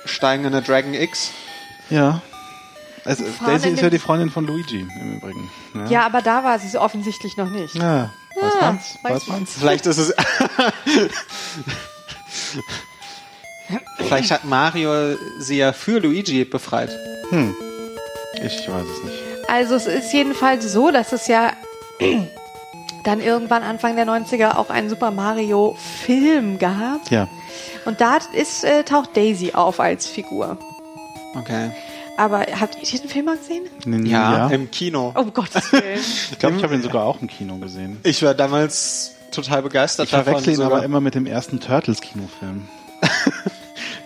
S3: Steigen in eine Dragon X.
S2: ja. Also,
S1: fahren
S2: Daisy
S1: in
S2: ist
S1: den-
S2: ja die Freundin von Luigi im Übrigen. Ja.
S1: ja, aber da war sie so offensichtlich noch nicht.
S2: ja. Weiß
S1: Ah,
S2: man's?
S1: weiß
S2: Weiß man's?
S3: Vielleicht ist es. [LAUGHS] Vielleicht hat Mario sie ja für Luigi befreit.
S2: Ich weiß es nicht.
S1: Also es ist jedenfalls so, dass es ja [CLEARS THROAT] dann irgendwann Anfang der 90er auch einen Super Mario Film gab
S2: Ja.
S1: und da ist, äh, taucht Daisy auf als Figur.
S3: Okay.
S1: Aber habt ihr diesen Film mal gesehen?
S3: Ja,
S2: ja. äh,
S3: im Kino. [LAUGHS]
S1: Oh, um Gottes Willen.
S2: Ich glaube, ich habe ihn sogar auch im Kino gesehen.
S3: Ich war damals total begeistert
S2: Ich verwechsel ihn
S3: sogar.
S2: aber immer mit dem ersten Turtles-Kinofilm.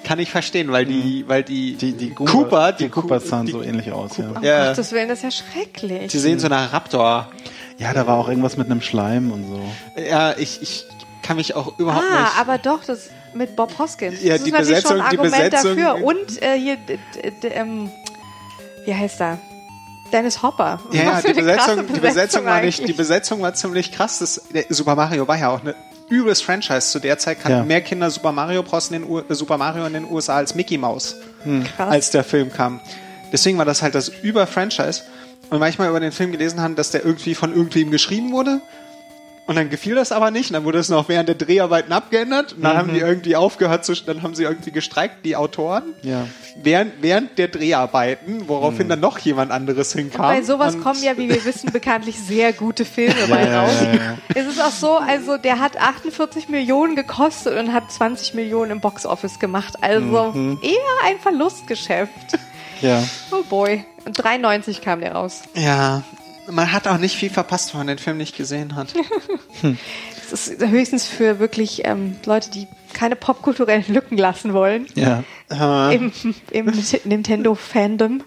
S3: Kann ich verstehen, weil die, weil die,
S2: Mhm. Die, die Goomba-
S3: Cooper,
S2: die Koopas sahen
S3: die,
S2: so ähnlich aus. Ja.
S1: Um
S3: Ja.
S1: Gottes Willen, das ist ja schrecklich.
S3: die sehen so nach Raptor.
S2: ja, da war auch irgendwas mit einem Schleim und so.
S3: Ja, ich, ich kann mich auch überhaupt
S1: Ah,
S3: nicht.
S1: aber doch, das mit Bob Hoskins.
S3: Ja,
S1: das
S3: die
S1: ist natürlich schon ein
S3: Besetzung-
S1: Argument
S3: die Besetzung-
S1: dafür. Und äh, hier, d- d- d- ähm, wie heißt er? Dennis Hopper.
S3: ja, ja,
S1: Was [LAUGHS] für
S3: die
S1: eine krasse
S3: Besetzung, die Besetzung war nicht, die
S1: eigentlich.
S3: Besetzung war ziemlich krass. Das, der Super Mario war ja auch eine übles Franchise. Zu der Zeit kannten
S2: Ja.
S3: mehr Kinder Super Mario Bros. In den U äh, Super Mario in den USA als Mickey Mouse,
S2: Hm.
S1: Krass.
S3: als der Film kam. Deswegen war das halt das Über-Franchise. Und manchmal über den Film gelesen haben, dass der irgendwie von irgendwem geschrieben wurde. Und dann gefiel das aber nicht. Und dann wurde es noch während der Dreharbeiten abgeändert.
S2: Mhm.
S3: Und dann haben die irgendwie aufgehört zu, dann haben sie irgendwie gestreikt, die Autoren.
S2: Ja. Mhm.
S3: Während, während der Dreharbeiten, woraufhin dann noch jemand anderes hinkam.
S1: Bei sowas
S3: Und-
S1: kommen ja, wie wir wissen, bekanntlich sehr gute Filme bei
S2: ja,
S1: raus.
S2: ja, ja.
S1: Es ist auch so, also der hat 48 Millionen gekostet und hat 20 Millionen im Boxoffice gemacht. Also
S3: Mhm.
S1: eher ein Verlustgeschäft.
S2: Ja.
S1: Oh boy. Und 93 kam der raus.
S3: Ja, man hat auch nicht viel verpasst, wenn man den Film nicht
S1: [LAUGHS]
S3: gesehen hat.
S1: Das ist höchstens für wirklich ähm, Leute, die keine popkulturellen Lücken lassen wollen
S2: Ja.
S1: im, im Nit- Nintendo-Fandom.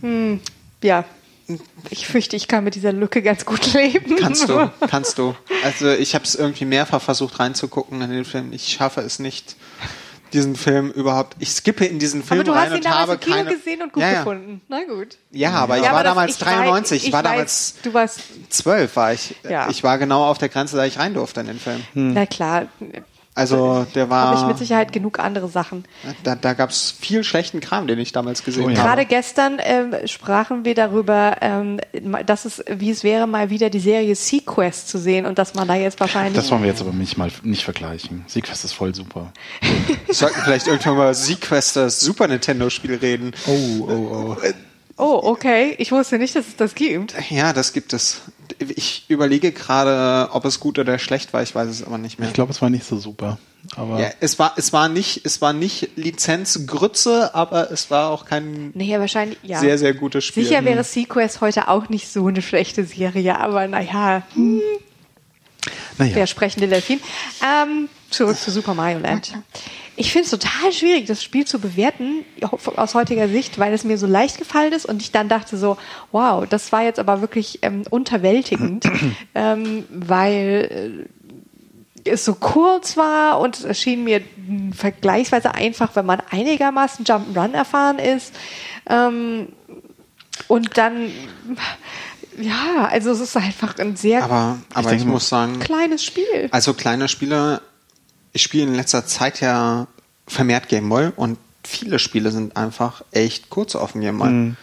S1: Hm, ja, ich fürchte, ich kann mit dieser Lücke ganz gut leben.
S3: Kannst du, kannst du. Also ich habe es irgendwie mehrfach versucht reinzugucken in den Film. Ich schaffe es nicht, diesen Film überhaupt. Ich skippe in diesen Film
S1: Aber du
S3: rein
S1: hast ihn
S3: und habe
S1: damals im Kino
S3: keine.
S1: gesehen und gut
S3: ja, ja.
S1: gefunden. Na gut.
S3: Ja, aber ich
S1: Ja,
S3: war
S1: aber das-
S3: damals
S1: wei-
S3: 93. Ich, war damals
S1: Weiß, du warst,
S3: zwölf, war ich.
S1: Ja.
S3: Ich war genau auf der Grenze, da ich rein durfte in den Film.
S1: na klar,
S3: Also der
S1: habe ich
S3: war.
S1: mit Sicherheit genug andere Sachen.
S3: Da, da gab es viel schlechten Kram, den ich damals gesehen
S2: Oh ja.
S1: Gerade
S3: habe.
S1: gestern ähm, sprachen wir darüber, ähm, dass es, wie es wäre, mal wieder die Serie Sequest zu sehen und dass man da jetzt wahrscheinlich
S2: Das wollen wir jetzt aber nicht mal nicht vergleichen. Siegfest ist voll super.
S3: Wir sollten vielleicht irgendwann mal über Sequester, das Super Nintendo Spiel reden.
S2: Oh, oh, oh.
S1: Oh, okay. Ich wusste nicht, dass es das gibt.
S3: Ja, das gibt es. Ich überlege gerade, ob es gut oder schlecht war, ich weiß es aber nicht mehr.
S2: Ich glaube, es war nicht so super. Aber
S3: ja, es war, es war nicht, es war nicht Lizenzgrütze, aber es war auch kein
S1: Nee, wahrscheinlich, ja.
S3: sehr, sehr gutes Spiel. Hm.
S1: Sicher wäre Sequest heute auch nicht so eine schlechte Serie, aber naja, hm.
S2: naja.
S1: der sprechende Delfin. Ähm, zurück zu Super Mario Land. Ich finde es total schwierig, das Spiel zu bewerten, aus heutiger Sicht, weil es mir so leicht gefallen ist und ich dann dachte so, wow, das war
S3: [CLEARS THROAT]
S1: jetzt aber wirklich ähm, unterwältigend, ähm, weil es so kurz war und es schien mir vergleichsweise einfach, wenn man einigermaßen Jump'n'Run erfahren ist. Ähm, und dann, ja, also es ist einfach ein sehr
S3: Aber, aber ich,
S2: denke mal-
S3: muss sagen,
S1: kleines Spiel.
S3: also kleine Spiele, ich spiele in letzter Zeit ja vermehrt Gameboy und viele Spiele sind einfach echt kurz auf dem Gameboy.
S2: Mhm.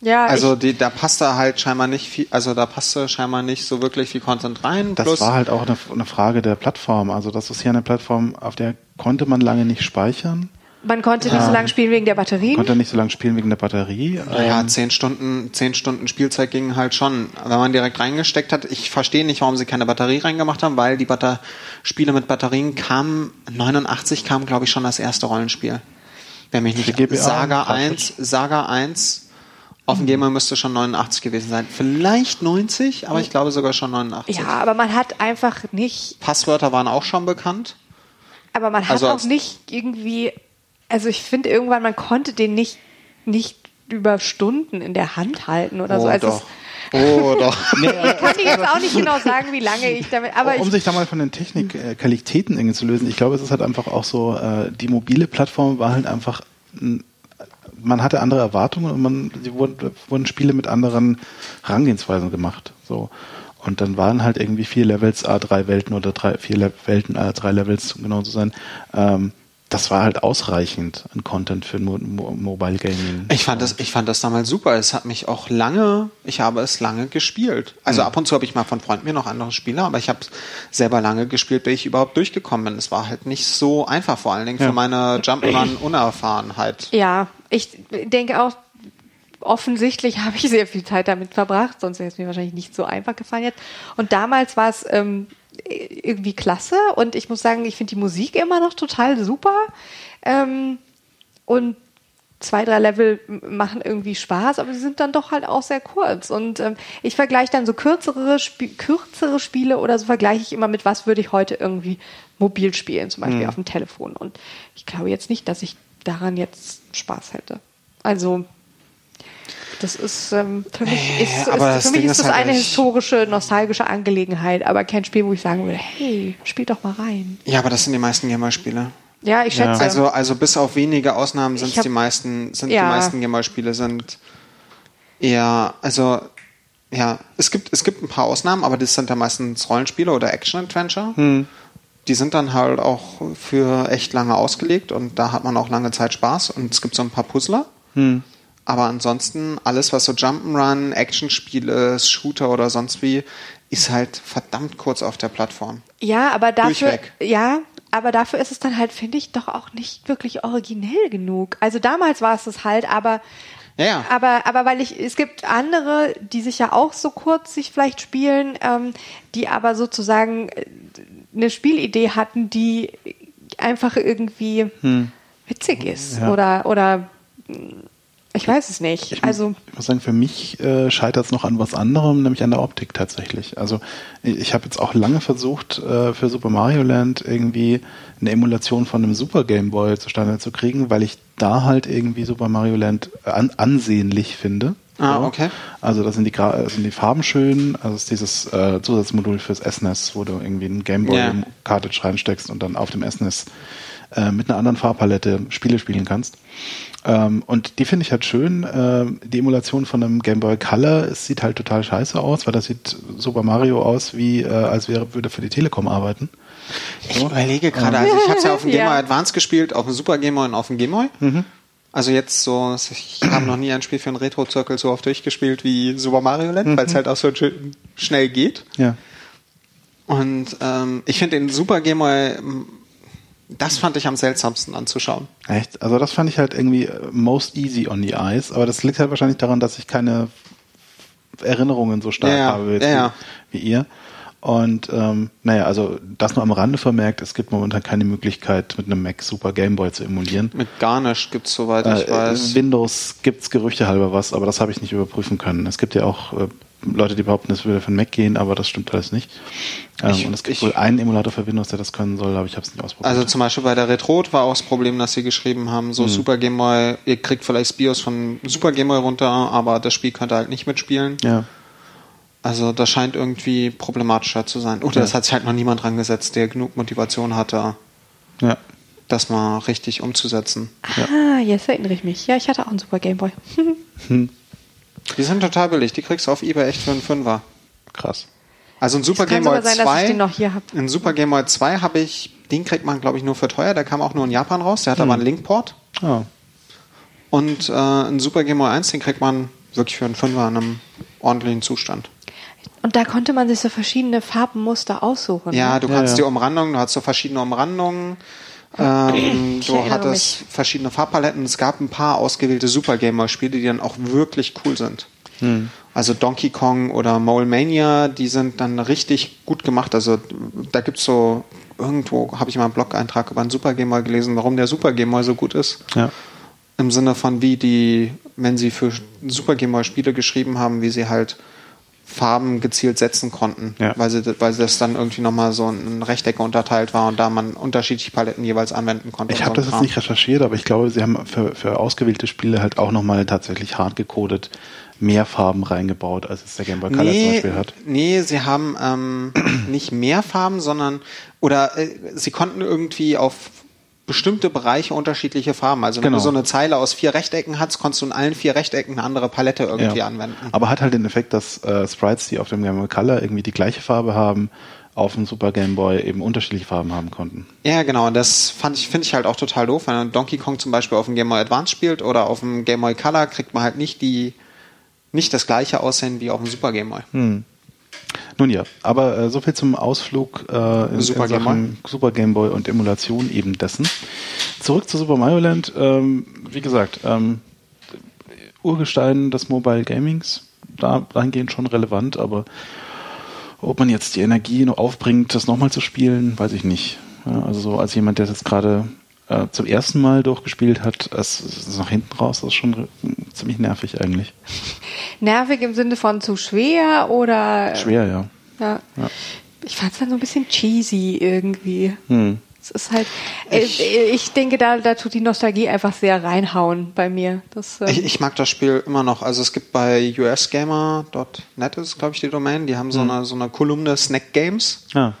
S1: Ja,
S3: Also
S1: ich,
S3: die, da passt da halt scheinbar nicht viel, also da passte scheinbar nicht so wirklich viel Content rein.
S2: Das
S3: Plus,
S2: war halt auch eine, eine Frage der Plattform. Also das ist hier eine Plattform, auf der konnte man lange nicht speichern,
S1: man konnte nicht so
S3: ähm,
S1: lange spielen wegen der Batterien.
S2: konnte nicht so lange spielen wegen der Batterie.
S3: naja,
S2: Ähm,
S3: zehn Stunden, zehn Stunden Spielzeit gingen halt schon. Wenn man direkt reingesteckt hat, ich verstehe nicht, warum sie keine Batterie reingemacht haben, weil die Batter Spiele mit Batterien kamen, 89 kam, glaube ich, schon das erste Rollenspiel. Wenn mich nicht
S2: GBA
S3: Saga
S2: praktisch. Hm.
S3: 1, Saga 1 auf dem Gamer müsste schon 89 gewesen sein. Vielleicht 90,
S2: Hm.
S3: aber ich glaube sogar schon 89.
S1: ja, aber man hat einfach nicht,
S3: Passwörter waren auch schon bekannt.
S1: aber man hat
S3: Also
S1: auch
S3: als-
S1: nicht irgendwie, also ich finde irgendwann, man konnte den nicht, nicht über Stunden in der Hand halten oder so.
S3: oh,
S1: Also es-
S3: doch. oh doch.
S1: Ich kann dir jetzt auch nicht genau sagen, wie lange ich damit, aber
S2: um
S1: ich,
S2: sich da mal von den Technikqualitäten irgendwie zu lösen. Ich glaube, es ist halt einfach auch so, äh, die mobile Plattform war halt einfach, n- man hatte andere Erwartungen und man, sie wurden, wurden Spiele mit anderen Herangehensweisen gemacht. So. Und dann waren halt irgendwie vier Levels, A3 Welten oder drei, vier Le Welten, A3 Levels, um genau zu sein. Ähm, das war halt ausreichend an Content für Mo Mo Mobile Gaming.
S3: Ich fand, das, ich fand das damals super. Es hat mich auch lange, ich habe es lange gespielt. Also ab und zu habe ich mal von Freunden mir noch andere Spiele, aber ich habe es selber lange gespielt, bis ich überhaupt durchgekommen bin. Es war halt nicht so einfach, vor allen Dingen für meine Jump'n'Run-Unerfahrenheit.
S1: ja, ich denke auch, offensichtlich [LAUGHS] habe ich sehr viel Zeit damit verbracht, sonst wäre es mir wahrscheinlich nicht so einfach gefallen jetzt. Und damals war es ähm, irgendwie klasse und ich muss sagen, ich finde die Musik immer noch total super. Ähm, und zwei, drei Level m- machen irgendwie Spaß, aber sie sind dann doch halt auch sehr kurz. Und ähm, ich vergleiche dann so kürzere, Spi kürzere Spiele oder so vergleiche ich immer mit, was würde ich heute irgendwie mobil spielen, zum
S3: Mhm.
S1: Beispiel auf dem Telefon. Und ich glaube jetzt nicht, dass ich daran jetzt Spaß hätte. Also das ist ähm, für mich ist, ist,
S3: aber das
S1: für mich
S3: Ding
S1: ist
S3: ist
S1: das
S3: halt
S1: eine
S3: echt-
S1: historische, nostalgische Angelegenheit, aber kein Spiel, wo ich sagen würde, hey, spiel doch mal rein.
S3: Ja, aber das sind die meisten Gamer-Spiele.
S1: Ja, ich schätze.
S3: Also, also bis auf wenige Ausnahmen sind
S1: Ich hab-
S3: es die meisten, sind
S1: Ja.
S3: die meisten Gamer-Spiele sind eher, also ja, es gibt, es gibt ein paar Ausnahmen, aber das sind dann meistens Rollenspiele oder Action-Adventure. Die sind dann halt auch für echt lange ausgelegt und da hat man auch lange Zeit Spaß und es gibt so ein paar Puzzler. Aber ansonsten, alles, was so Jump'n'Run, Action-Spiele, Shooter oder sonst wie, ist halt verdammt kurz auf der Plattform.
S1: Ja, aber dafür,
S3: Durchweg.
S1: ja, aber dafür ist es dann halt, finde ich, doch auch nicht wirklich originell genug. Also damals war es das halt, aber,
S3: Ja, ja.
S1: aber, aber weil ich, es gibt andere, die sich ja auch so kurz sich vielleicht spielen, ähm, die aber sozusagen äh, eine Spielidee hatten, die einfach irgendwie
S3: Hm.
S1: witzig ist
S2: Ja.
S1: oder, oder, mh, ich weiß es nicht. also,
S2: Ich muss sagen, für mich äh, scheitert es noch an was anderem, nämlich an der Optik tatsächlich. Also ich, ich habe jetzt auch lange versucht, äh, für Super Mario Land irgendwie eine Emulation von einem Super Game Boy zustande zu kriegen, weil ich da halt irgendwie Super Mario Land äh, an, ansehnlich finde.
S3: Ah,
S2: So.
S3: okay.
S2: Also da sind die, Gra äh, sind die Farben schön, also es ist dieses äh, Zusatzmodul fürs SNES, wo du irgendwie einen Gameboy
S3: Ja.
S2: im Cartridge reinsteckst und dann auf dem SNES äh, mit einer anderen Farbpalette Spiele spielen kannst. Ähm, und die finde ich halt schön. Ähm, die Emulation von einem Game Boy Color es sieht halt total scheiße aus, weil das sieht Super Mario aus, wie äh, als wäre würde für die Telekom arbeiten.
S3: Ich
S2: Hm?
S3: überlege gerade, also ich habe es ja
S2: [LAUGHS]
S3: auf dem Game
S1: Ja.
S3: Boy Advance gespielt, auf dem Super Game Boy und auf dem Game Boy.
S2: Mhm.
S3: Also jetzt so, ich habe noch nie ein Spiel für einen Retro-Zirkel so oft durchgespielt wie Super Mario Land, weil
S2: Mhm.
S3: es halt auch so schön- schnell geht.
S2: Ja.
S3: Und ähm, ich finde den Super Game Boy, m, das fand ich am seltsamsten anzuschauen.
S2: Echt? Also das fand ich halt irgendwie äh, most easy on the eyes, aber das liegt halt wahrscheinlich daran, dass ich keine Erinnerungen so stark
S3: Ja, ja.
S2: habe jetzt
S3: Ja, ja.
S2: Wie, wie ihr. Und ähm, naja, also das nur am Rande vermerkt, es gibt momentan keine Möglichkeit, mit einem Mac Super Game Boy zu emulieren.
S3: Mit Garnish gibt's soweit ich
S2: Äh,
S3: weiß.
S2: Windows gibt's Gerüchte halber was, aber das habe ich nicht überprüfen können. Es gibt ja auch äh, Leute, die behaupten, es würde für den Mac gehen, aber das stimmt alles nicht. Ähm,
S3: Ich-
S2: und es gibt
S3: ich-
S2: wohl einen Emulator für Windows, der das können soll, aber ich habe es nicht ausprobiert.
S3: Also zum Beispiel bei der Retrot war auch das Problem, dass sie geschrieben haben,
S2: Mhm.
S3: so Super Game Boy, ihr kriegt vielleicht das BIOS von Super Game Boy runter, aber das Spiel könnt ihr halt nicht mitspielen.
S2: ja.
S3: Also das scheint irgendwie problematischer zu sein. Oder
S2: Ja.
S3: es hat sich halt noch niemand dran gesetzt, der genug Motivation hatte,
S2: Ja.
S3: das mal richtig umzusetzen.
S1: Ah, jetzt erinnere ich mich. Ja, ich hatte auch einen super Gameboy.
S3: Die sind total billig, die kriegst du auf Ebay echt für einen Fünfer.
S2: Krass.
S3: Also ein Super
S1: Es kann
S3: Game Boy
S1: sogar sein, dass ich
S3: 2.
S1: den noch hier hab.
S3: Ein Super Game Boy 2 habe ich, den kriegt man glaube ich nur für teuer, der kam auch nur in Japan raus, der hat aber einen Linkport.
S2: Ah.
S3: Und äh, ein Super Game Boy 1, den kriegt man wirklich für einen Fünfer in einem ordentlichen Zustand.
S1: Und da konnte man sich so verschiedene Farbenmuster aussuchen.
S3: Ja,
S1: ne?
S3: du kannst
S2: ja.
S3: die Umrandung, du hast so verschiedene Umrandungen. Ähm,
S1: Ich
S3: du
S1: erinnere
S3: hattest verschiedene Farbpaletten. Es gab ein paar ausgewählte Super Game Boy Spiele, die dann auch wirklich cool sind.
S2: Hm.
S3: Also Donkey Kong oder Mole Mania, die sind dann richtig gut gemacht. Also da gibt's so irgendwo habe ich mal einen Blog-Eintrag über einen Super Game Boy gelesen, warum der Super Game Boy so gut ist.
S2: Ja.
S3: Im Sinne von, wie die, wenn sie für Super Game Boy Spiele geschrieben haben, wie sie halt Farben gezielt setzen konnten,
S2: Ja.
S3: weil, sie, weil das dann irgendwie nochmal so in Rechtecke unterteilt war und da man unterschiedliche Paletten jeweils anwenden konnte.
S2: Ich
S3: und
S2: habe
S3: so
S2: das
S3: ein
S2: jetzt
S3: Kram.
S2: nicht recherchiert, aber ich glaube, sie haben für, für ausgewählte Spiele halt auch nochmal tatsächlich hart gecodet mehr Farben reingebaut, als es der Game Boy Color zum
S3: Nee,
S2: Beispiel hat.
S3: nee, sie haben ähm, [CLEARS THROAT] nicht mehr Farben, sondern oder äh, sie konnten irgendwie auf bestimmte Bereiche unterschiedliche Farben. Also wenn
S2: Genau.
S3: du so eine Zeile aus vier Rechtecken hast, konntest du in allen vier Rechtecken eine andere Palette irgendwie anwenden.
S2: Aber hat halt den Effekt, dass äh, Sprites, die auf dem Game Boy Color irgendwie die gleiche Farbe haben, auf dem Super Game Boy eben unterschiedliche Farben haben konnten.
S3: Ja, genau. Und das fand ich, finde ich halt auch total doof. Wenn man Donkey Kong zum Beispiel auf dem Game Boy Advance spielt oder auf dem Game Boy Color, kriegt man halt nicht die, nicht das gleiche Aussehen wie auf dem Super Game Boy.
S1: Hm.
S2: Nun ja, aber äh, so viel zum Ausflug äh, in,
S3: Super
S2: in
S3: Game
S2: Sachen Super Game Boy und Emulation eben dessen. Zurück zu Super Mario Land. Ähm, wie gesagt, ähm, Urgestein des Mobile Gamings, da dahingehend schon relevant, aber ob man jetzt die Energie noch aufbringt, das nochmal zu spielen, weiß ich nicht. Ja, also so als jemand, der das jetzt gerade äh, zum ersten Mal durchgespielt hat, es es ist nach hinten raus, das ist schon re- ziemlich nervig eigentlich.
S1: Nervig im Sinne von zu schwer oder.
S2: Schwer, ja.
S1: Ja. Ich fand es dann so ein bisschen cheesy irgendwie. Es ist halt. Ich,
S3: Hm. Ich-
S1: ich denke, da, da tut die Nostalgie einfach sehr reinhauen bei mir. Das, ähm,
S3: Ich, ich mag das Spiel immer noch. Also es gibt bei usgamer.net ist, glaube ich, die Domain. Die haben
S1: Hm.
S3: so eine, so eine Kolumne Snack Games,
S2: Ja.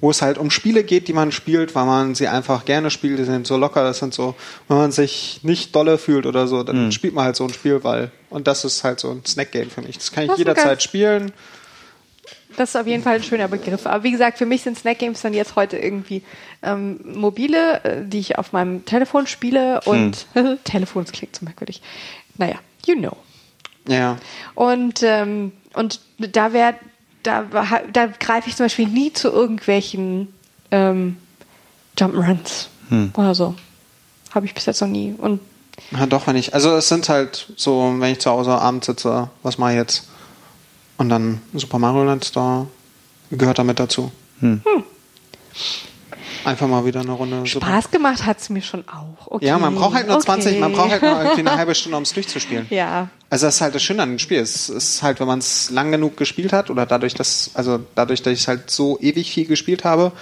S3: wo es halt um Spiele geht, die man spielt, weil man sie einfach gerne spielt. Die sind so locker, das sind so, wenn man sich nicht dolle fühlt oder so, dann
S1: Hm.
S3: spielt man halt so ein Spiel, weil, und das ist halt so ein Snack Game für mich. Das kann ich
S1: Das ist ein
S3: jederzeit
S1: ganz-
S3: spielen.
S1: Das ist auf jeden Fall ein schöner Begriff. Aber wie gesagt, für mich sind Snack Games dann jetzt heute irgendwie ähm, mobile, äh, die ich auf meinem Telefon spiele und
S3: Hm.
S1: [LAUGHS] Telefon, das klingt so merkwürdig. Naja, you know.
S3: Ja.
S1: Und, ähm, und da wäre, da, ha- da greife ich zum Beispiel nie zu irgendwelchen ähm, Jump'n'Runs
S3: Hm.
S1: oder so. Habe ich bis jetzt noch nie. Und
S3: Ja, doch, wenn ich. Also es sind halt so, wenn ich zu Hause abends sitze, was mache ich jetzt? Und dann Super Mario Land, da gehört damit dazu. Einfach mal wieder eine Runde. Super-
S1: Hm. Spaß gemacht hat es mir schon auch. Okay.
S3: Ja, man braucht halt nur
S1: okay.
S3: 20, man braucht halt nur irgendwie eine halbe Stunde, um es durchzuspielen.
S1: [LAUGHS] Ja.
S3: Also das ist halt das Schöne an dem Spiel. Es ist halt, wenn man es lang genug gespielt hat oder dadurch, dass, also dadurch, dass ich halt so ewig viel gespielt habe,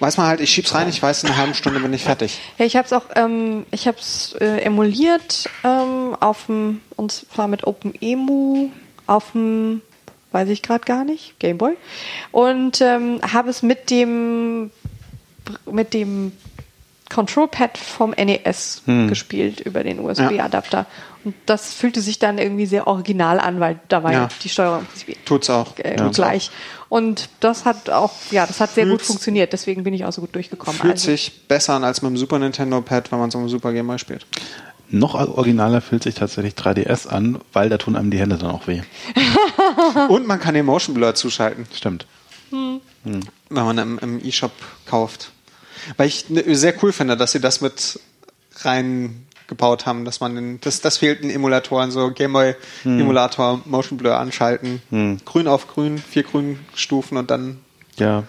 S3: weiß man halt, ich schieb's rein, ich weiß, in einer halben Stunde bin ich fertig.
S1: Ja, ich habe es auch, ähm, ich habe es äh, emuliert ähm, auf dem, und zwar mit OpenEMU auf dem, weiß ich gerade gar nicht, Gameboy. Und ähm, habe es mit dem, mit dem Control-Pad vom NES
S3: Hm.
S1: gespielt über den USB-Adapter. Und das fühlte sich dann irgendwie sehr original an, weil da war ja,
S3: Ja.
S1: die Steuerung im Prinzip
S3: Tut's auch.
S1: äh, gleich. Und das hat auch, ja, das hat sehr gut
S3: Fühlt's-
S1: funktioniert. Deswegen bin ich auch so gut durchgekommen.
S3: Fühlt
S1: Also-
S3: sich besser an als mit dem Super Nintendo Pad, wenn man es auf dem Super Game Boy spielt.
S2: Noch originaler fühlt sich tatsächlich 3DS an, weil da tun einem die Hände dann auch weh.
S3: Und man kann den Motion Blur zuschalten,
S2: Stimmt.
S3: wenn man im, im E-Shop kauft. Weil ich ne, sehr cool finde, dass sie das mit reingebaut haben, dass man den, das, das fehlt in Emulatoren, so Gameboy Emulator Motion Blur anschalten. Grün auf grün, vier grünen Stufen und dann
S2: Ja.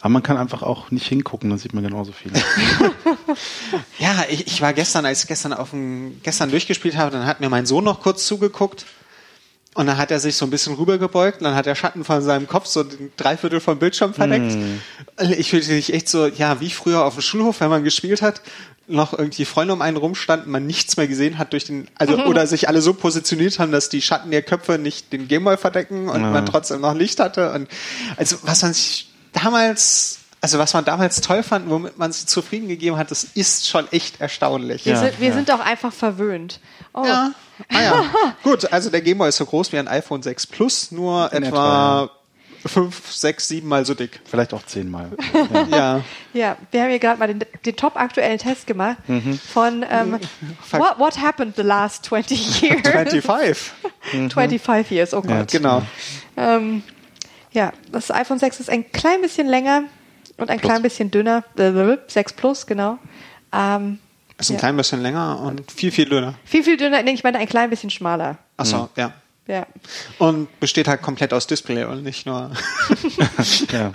S2: Aber man kann einfach auch nicht hingucken, dann sieht man genauso
S3: [LAUGHS]
S2: viel.
S3: Ja, ich, ich war gestern, als ich gestern auf dem, gestern durchgespielt habe, dann hat mir mein Sohn noch kurz zugeguckt und dann hat er sich so ein bisschen rübergebeugt und dann hat der Schatten von seinem Kopf so den Dreiviertel vom Bildschirm verdeckt. Ich fühlte mich echt so, ja, wie früher auf dem Schulhof, wenn man gespielt hat. noch irgendwie Freunde um einen rumstanden, man nichts mehr gesehen hat durch den, also oder sich alle so positioniert haben, dass die Schatten der Köpfe nicht den Gameboy verdecken und man trotzdem noch Licht hatte. Und also was man sich damals, also was man damals toll fand, womit man sich zufrieden gegeben hat, das ist schon echt erstaunlich.
S1: Wir,
S2: Ja,
S1: sind, wir
S2: ja.
S1: sind auch einfach verwöhnt. Oh.
S3: Ja. Ah ja.
S1: [LAUGHS]
S3: Gut, also der Gameboy ist so groß wie ein iPhone 6 Plus, nur
S2: In
S3: etwa fünf, sechs, sieben Mal
S1: [LAUGHS]
S3: so dick.
S2: Vielleicht auch
S3: [LAUGHS]
S2: zehnmal.
S3: Ja.
S1: Ja, wir haben hier gerade mal den, den top aktuellen Test gemacht
S2: Mhm.
S1: von ähm,
S3: Mhm.
S1: what, what happened the last
S3: [LAUGHS]
S1: 20 years?
S3: 25.
S2: Mhm.
S1: 25 years, oh Gott.
S3: Genau.
S1: Ähm, ja, das iPhone 6 ist ein klein bisschen länger und ein
S2: Plus.
S1: klein bisschen dünner. Blablabla, 6 Plus, genau. Ähm,
S3: Ist ein
S1: Ja.
S3: klein bisschen länger und viel, viel dünner.
S1: viel, viel dünner, nee, ich meine ein klein bisschen schmaler.
S2: Mhm.
S3: Achso, ja.
S1: Ja.
S3: Und besteht halt komplett aus Display und nicht nur. [LAUGHS]
S2: ja.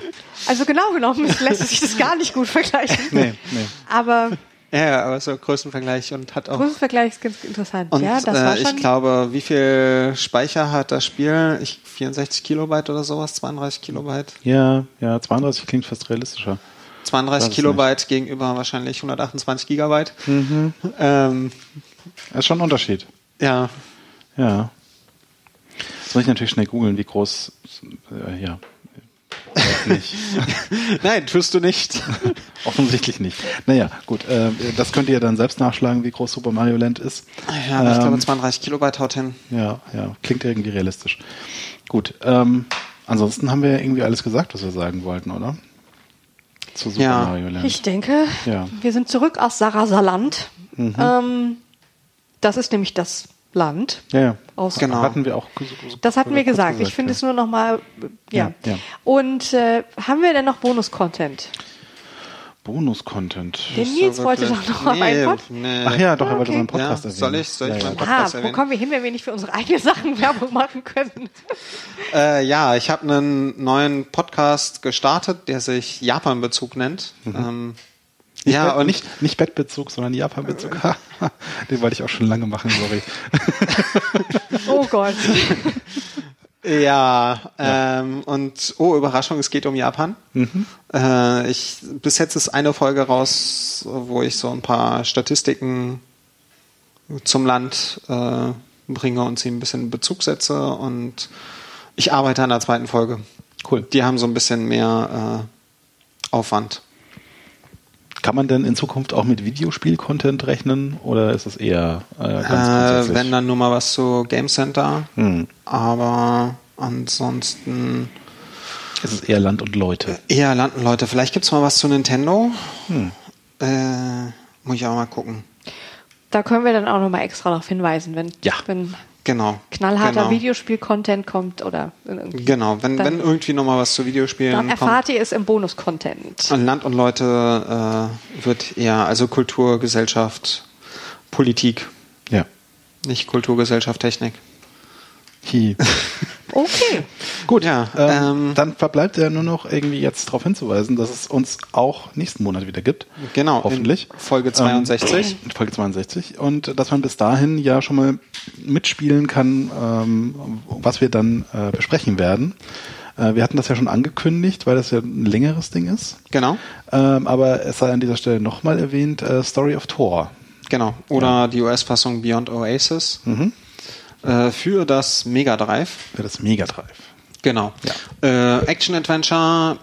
S1: Also genau genommen [LAUGHS] lässt sich das gar nicht gut vergleichen.
S2: Nee, nee.
S1: Aber
S3: ja, ja, aber so Größenvergleich und hat auch.
S1: Größenvergleich ist ganz interessant.
S3: Und
S1: ja, das war
S3: äh,
S1: schon.
S3: ich glaube, wie viel Speicher hat das Spiel? Ich, 64 Kilobyte oder sowas, 32 Kilobyte.
S2: Ja, ja, 32 klingt fast realistischer.
S3: 32
S2: Weiß ich
S3: Kilobyte gegenüber wahrscheinlich 128 Gigabyte.
S2: Mhm.
S3: Ähm,
S2: Das ist schon ein Unterschied.
S3: ja,
S2: Ja. Jetzt muss ich natürlich schnell googeln, wie groß. Äh, ja. Weiß Nicht.
S3: [LAUGHS] nein, tust du [LAUGHS] nicht.
S2: Offensichtlich nicht. Naja, gut. Äh, das könnt ihr dann selbst nachschlagen, wie groß Super Mario Land ist.
S3: Ja, aber ich glaube,
S2: Ähm,
S3: 32 Kilobyte haut hin.
S2: Ja, ja, klingt irgendwie realistisch. Gut, ähm, ansonsten haben wir ja irgendwie alles gesagt, was wir sagen wollten, oder? Zu Super
S3: Ja.
S2: Mario Land.
S1: Ich denke,
S2: Ja. Mhm.
S1: wir sind zurück aus Sarasaland. Ähm, das ist nämlich das Land.
S2: ja, ja.
S1: Aus-
S3: Genau.
S2: Hatten wir auch. ges-
S1: Oh, Das hatten wir
S2: kurz
S1: gesagt. Ich finde
S2: ja.
S1: es nur noch mal, äh, ja.
S2: Ja, ja.
S1: Und äh, haben wir denn noch Bonus-Content?
S2: Bonus-Content.
S1: Der Nils wollte doch noch mal einen Pod.
S3: nee.
S2: Ach ja, doch, er wollte
S1: Äh, Okay.
S2: unseren Podcast
S3: Ja,
S2: erwähnen.
S3: soll ich- soll ich
S2: ja,
S3: mal-
S2: ja.
S1: Ah,
S3: Podcast
S1: wo
S3: erwähnen.
S1: kommen wir hin, wenn wir nicht für unsere eigenen Sachen Werbung machen
S2: [LAUGHS]
S1: können?
S3: Äh, ja, ich habe einen neuen Podcast gestartet, der sich Japan-Bezug nennt. Ähm, ja,
S2: Bett-
S3: und nicht.
S2: nicht, nicht Bettbezug, sondern Japan-Bezug. [LAUGHS] Den wollte ich auch schon lange machen,
S3: [LAUGHS]
S2: sorry.
S1: Oh Gott.
S3: Ja, Ähm, und oh, Überraschung, es geht um Japan.
S2: Mhm.
S3: Äh, ich, bis jetzt ist eine Folge raus, wo ich so ein paar Statistiken zum Land äh, bringe und sie ein bisschen in Bezug setze. Und ich arbeite an der zweiten Folge.
S2: Cool.
S3: Die haben so ein bisschen mehr äh, Aufwand.
S2: Kann man denn in Zukunft auch mit Videospiel-Content rechnen oder ist es eher äh, ganz
S3: Äh,
S2: grundsätzlich?
S3: wenn dann nur mal was zu Game Center.
S2: Hm.
S3: Aber ansonsten
S2: es ist eher Land und Leute.
S3: eher landen Leute. Vielleicht gibt's mal was zu Nintendo.
S2: Hm.
S3: Äh, muss ich auch mal gucken.
S1: Da können wir dann auch noch mal extra darauf hinweisen, wenn,
S2: Ja.
S1: wenn
S3: Genau.
S1: knallharter
S3: genau.
S1: Videospiel-Content kommt oder irgendwie.
S3: Genau, wenn,
S1: Dann-
S3: wenn irgendwie noch mal was zu Videospielen
S2: Genau,
S1: Dann
S3: kommt.
S1: erfahrt ihr es im Bonus-Content.
S3: Und Land und Leute äh, wird eher, also Kultur, Gesellschaft, Politik,
S2: Ja.
S3: nicht Kultur, Gesellschaft, Technik.
S2: Hi.
S1: Okay.
S3: Gut, ja.
S2: Ähm,
S3: ähm,
S2: dann verbleibt ja nur noch irgendwie jetzt darauf hinzuweisen, dass es uns auch nächsten Monat wieder gibt.
S3: Genau, in
S2: Hoffentlich.
S3: Folge 62.
S2: Ähm, Folge 62. Und dass man bis dahin ja schon mal mitspielen kann, ähm, was wir dann äh, besprechen werden. Äh, wir hatten das ja schon angekündigt, weil das ja ein längeres Ding ist.
S3: genau.
S2: Ähm, aber es sei an dieser Stelle nochmal erwähnt, äh, Story of Thor.
S3: Genau. Oder die US-Fassung Beyond Oasis
S2: Mhm.
S3: äh, für das Mega Drive.
S2: Ja, Das Mega Drive.
S3: Genau. Äh, Action Adventure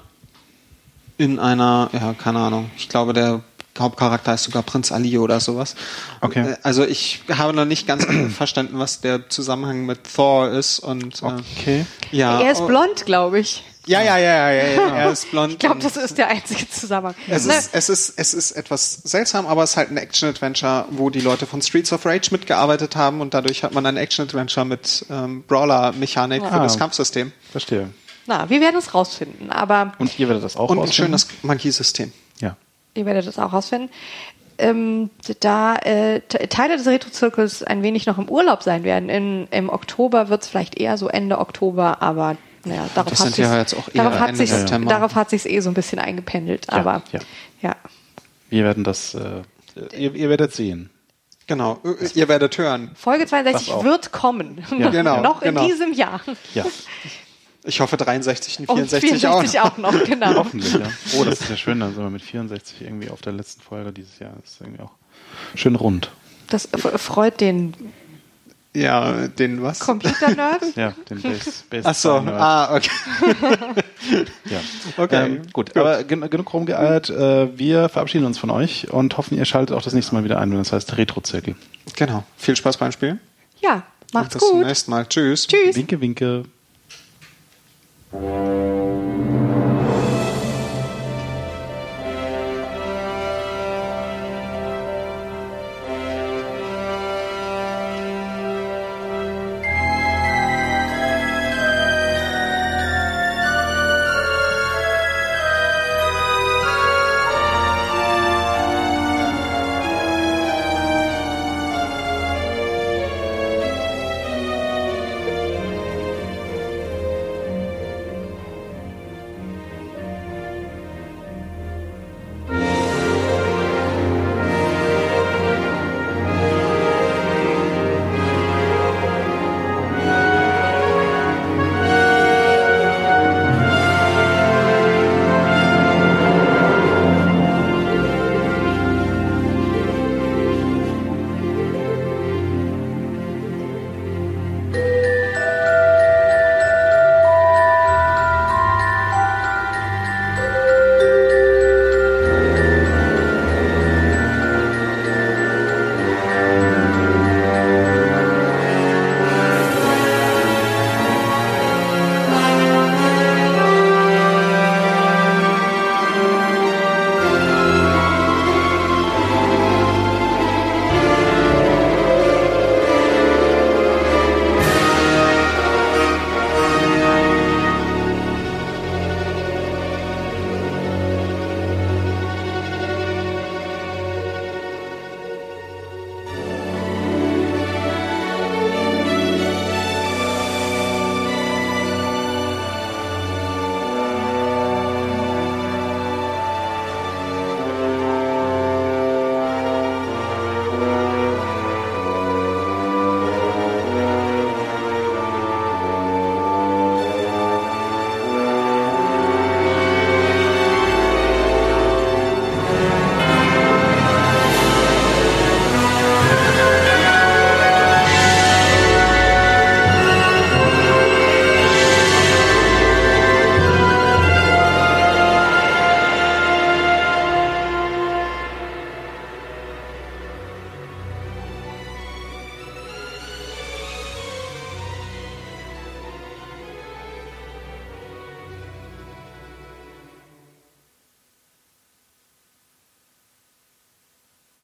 S3: in einer, ja, keine Ahnung. Ich glaube, der Hauptcharakter ist sogar Prinz Ali oder sowas.
S2: Okay.
S3: Äh, also ich habe noch
S2: [CLEARS THROAT]
S3: nicht ganz verstanden, was der Zusammenhang mit Thor ist und äh,
S2: Okay.
S3: ja.
S1: er ist
S3: oh,
S1: blond, glaube ich.
S3: Ja, ja, ja, ja, ja,
S2: [LAUGHS]
S3: ja. Er ist blond.
S1: Ich glaube,
S3: und-
S1: das ist ne der einzige Zusammenhang.
S3: Es
S1: Na,
S3: ist, äh, es, ist, es ist etwas seltsam, aber es ist halt ein Action-Adventure, wo die Leute von Streets of Rage mitgearbeitet haben und dadurch hat man ein Action-Adventure mit ähm, Brawler-Mechanik für
S2: Ah.
S3: das Kampfsystem.
S2: Verstehe.
S1: na, wir werden es rausfinden, aber
S2: Und ihr werdet das auch
S3: Und ein
S2: rausfinden?
S3: schönes Magie-System.
S2: Ja.
S1: ihr werdet es auch rausfinden. Ähm, da äh, Te- Teile des Retro-Zirkels ein wenig noch im Urlaub sein werden. In, Im Oktober wird es vielleicht eher so Ende Oktober, aber naja, darauf
S3: Das
S1: hat
S3: sind ja
S1: sich's-
S3: jetzt auch eher
S1: darauf hat
S3: Ende
S1: sich's-
S3: September.
S1: darauf hat sich's eh so ein bisschen eingependelt. Aber
S2: ja.
S1: ja.
S2: Wir werden das, äh, ihr, ihr werdet sehen.
S3: Genau, Äh, ihr werdet hören.
S1: Folge
S2: Das
S1: 62
S2: auch.
S1: wird kommen. [LAUGHS]
S2: Ja.
S3: Genau,
S1: noch
S3: genau.
S1: in diesem Jahr.
S3: [LAUGHS]
S2: Ja,
S3: Ich hoffe 63 und
S1: Und
S3: 64, auch.
S1: Oh, auch noch, genau.
S3: [LAUGHS]
S2: hoffentlich. Ja. Oh, das ist ja schön, dann sind wir mit 64 irgendwie auf der letzten Folge dieses Jahr. Das ist irgendwie auch schön rund.
S1: Das f- freut den
S3: Ja, den was?
S1: Computer-Nerd.
S2: Ja, den Base. Base
S3: Ach so,
S2: Design,
S3: ah, okay.
S2: ja.
S3: okay.
S2: Ähm, gut, aber gen genug rumgeeiert. Äh, wir verabschieden uns von euch und hoffen, ihr schaltet auch das nächste Mal wieder ein, wenn das heißt Retro-Zirkel.
S3: Genau. Viel Spaß beim Spielen.
S1: Ja, macht's
S3: Bis zum
S1: gut.
S3: nächsten Mal. Tschüss.
S1: Tschüss.
S2: Winke, winke.
S4: Thank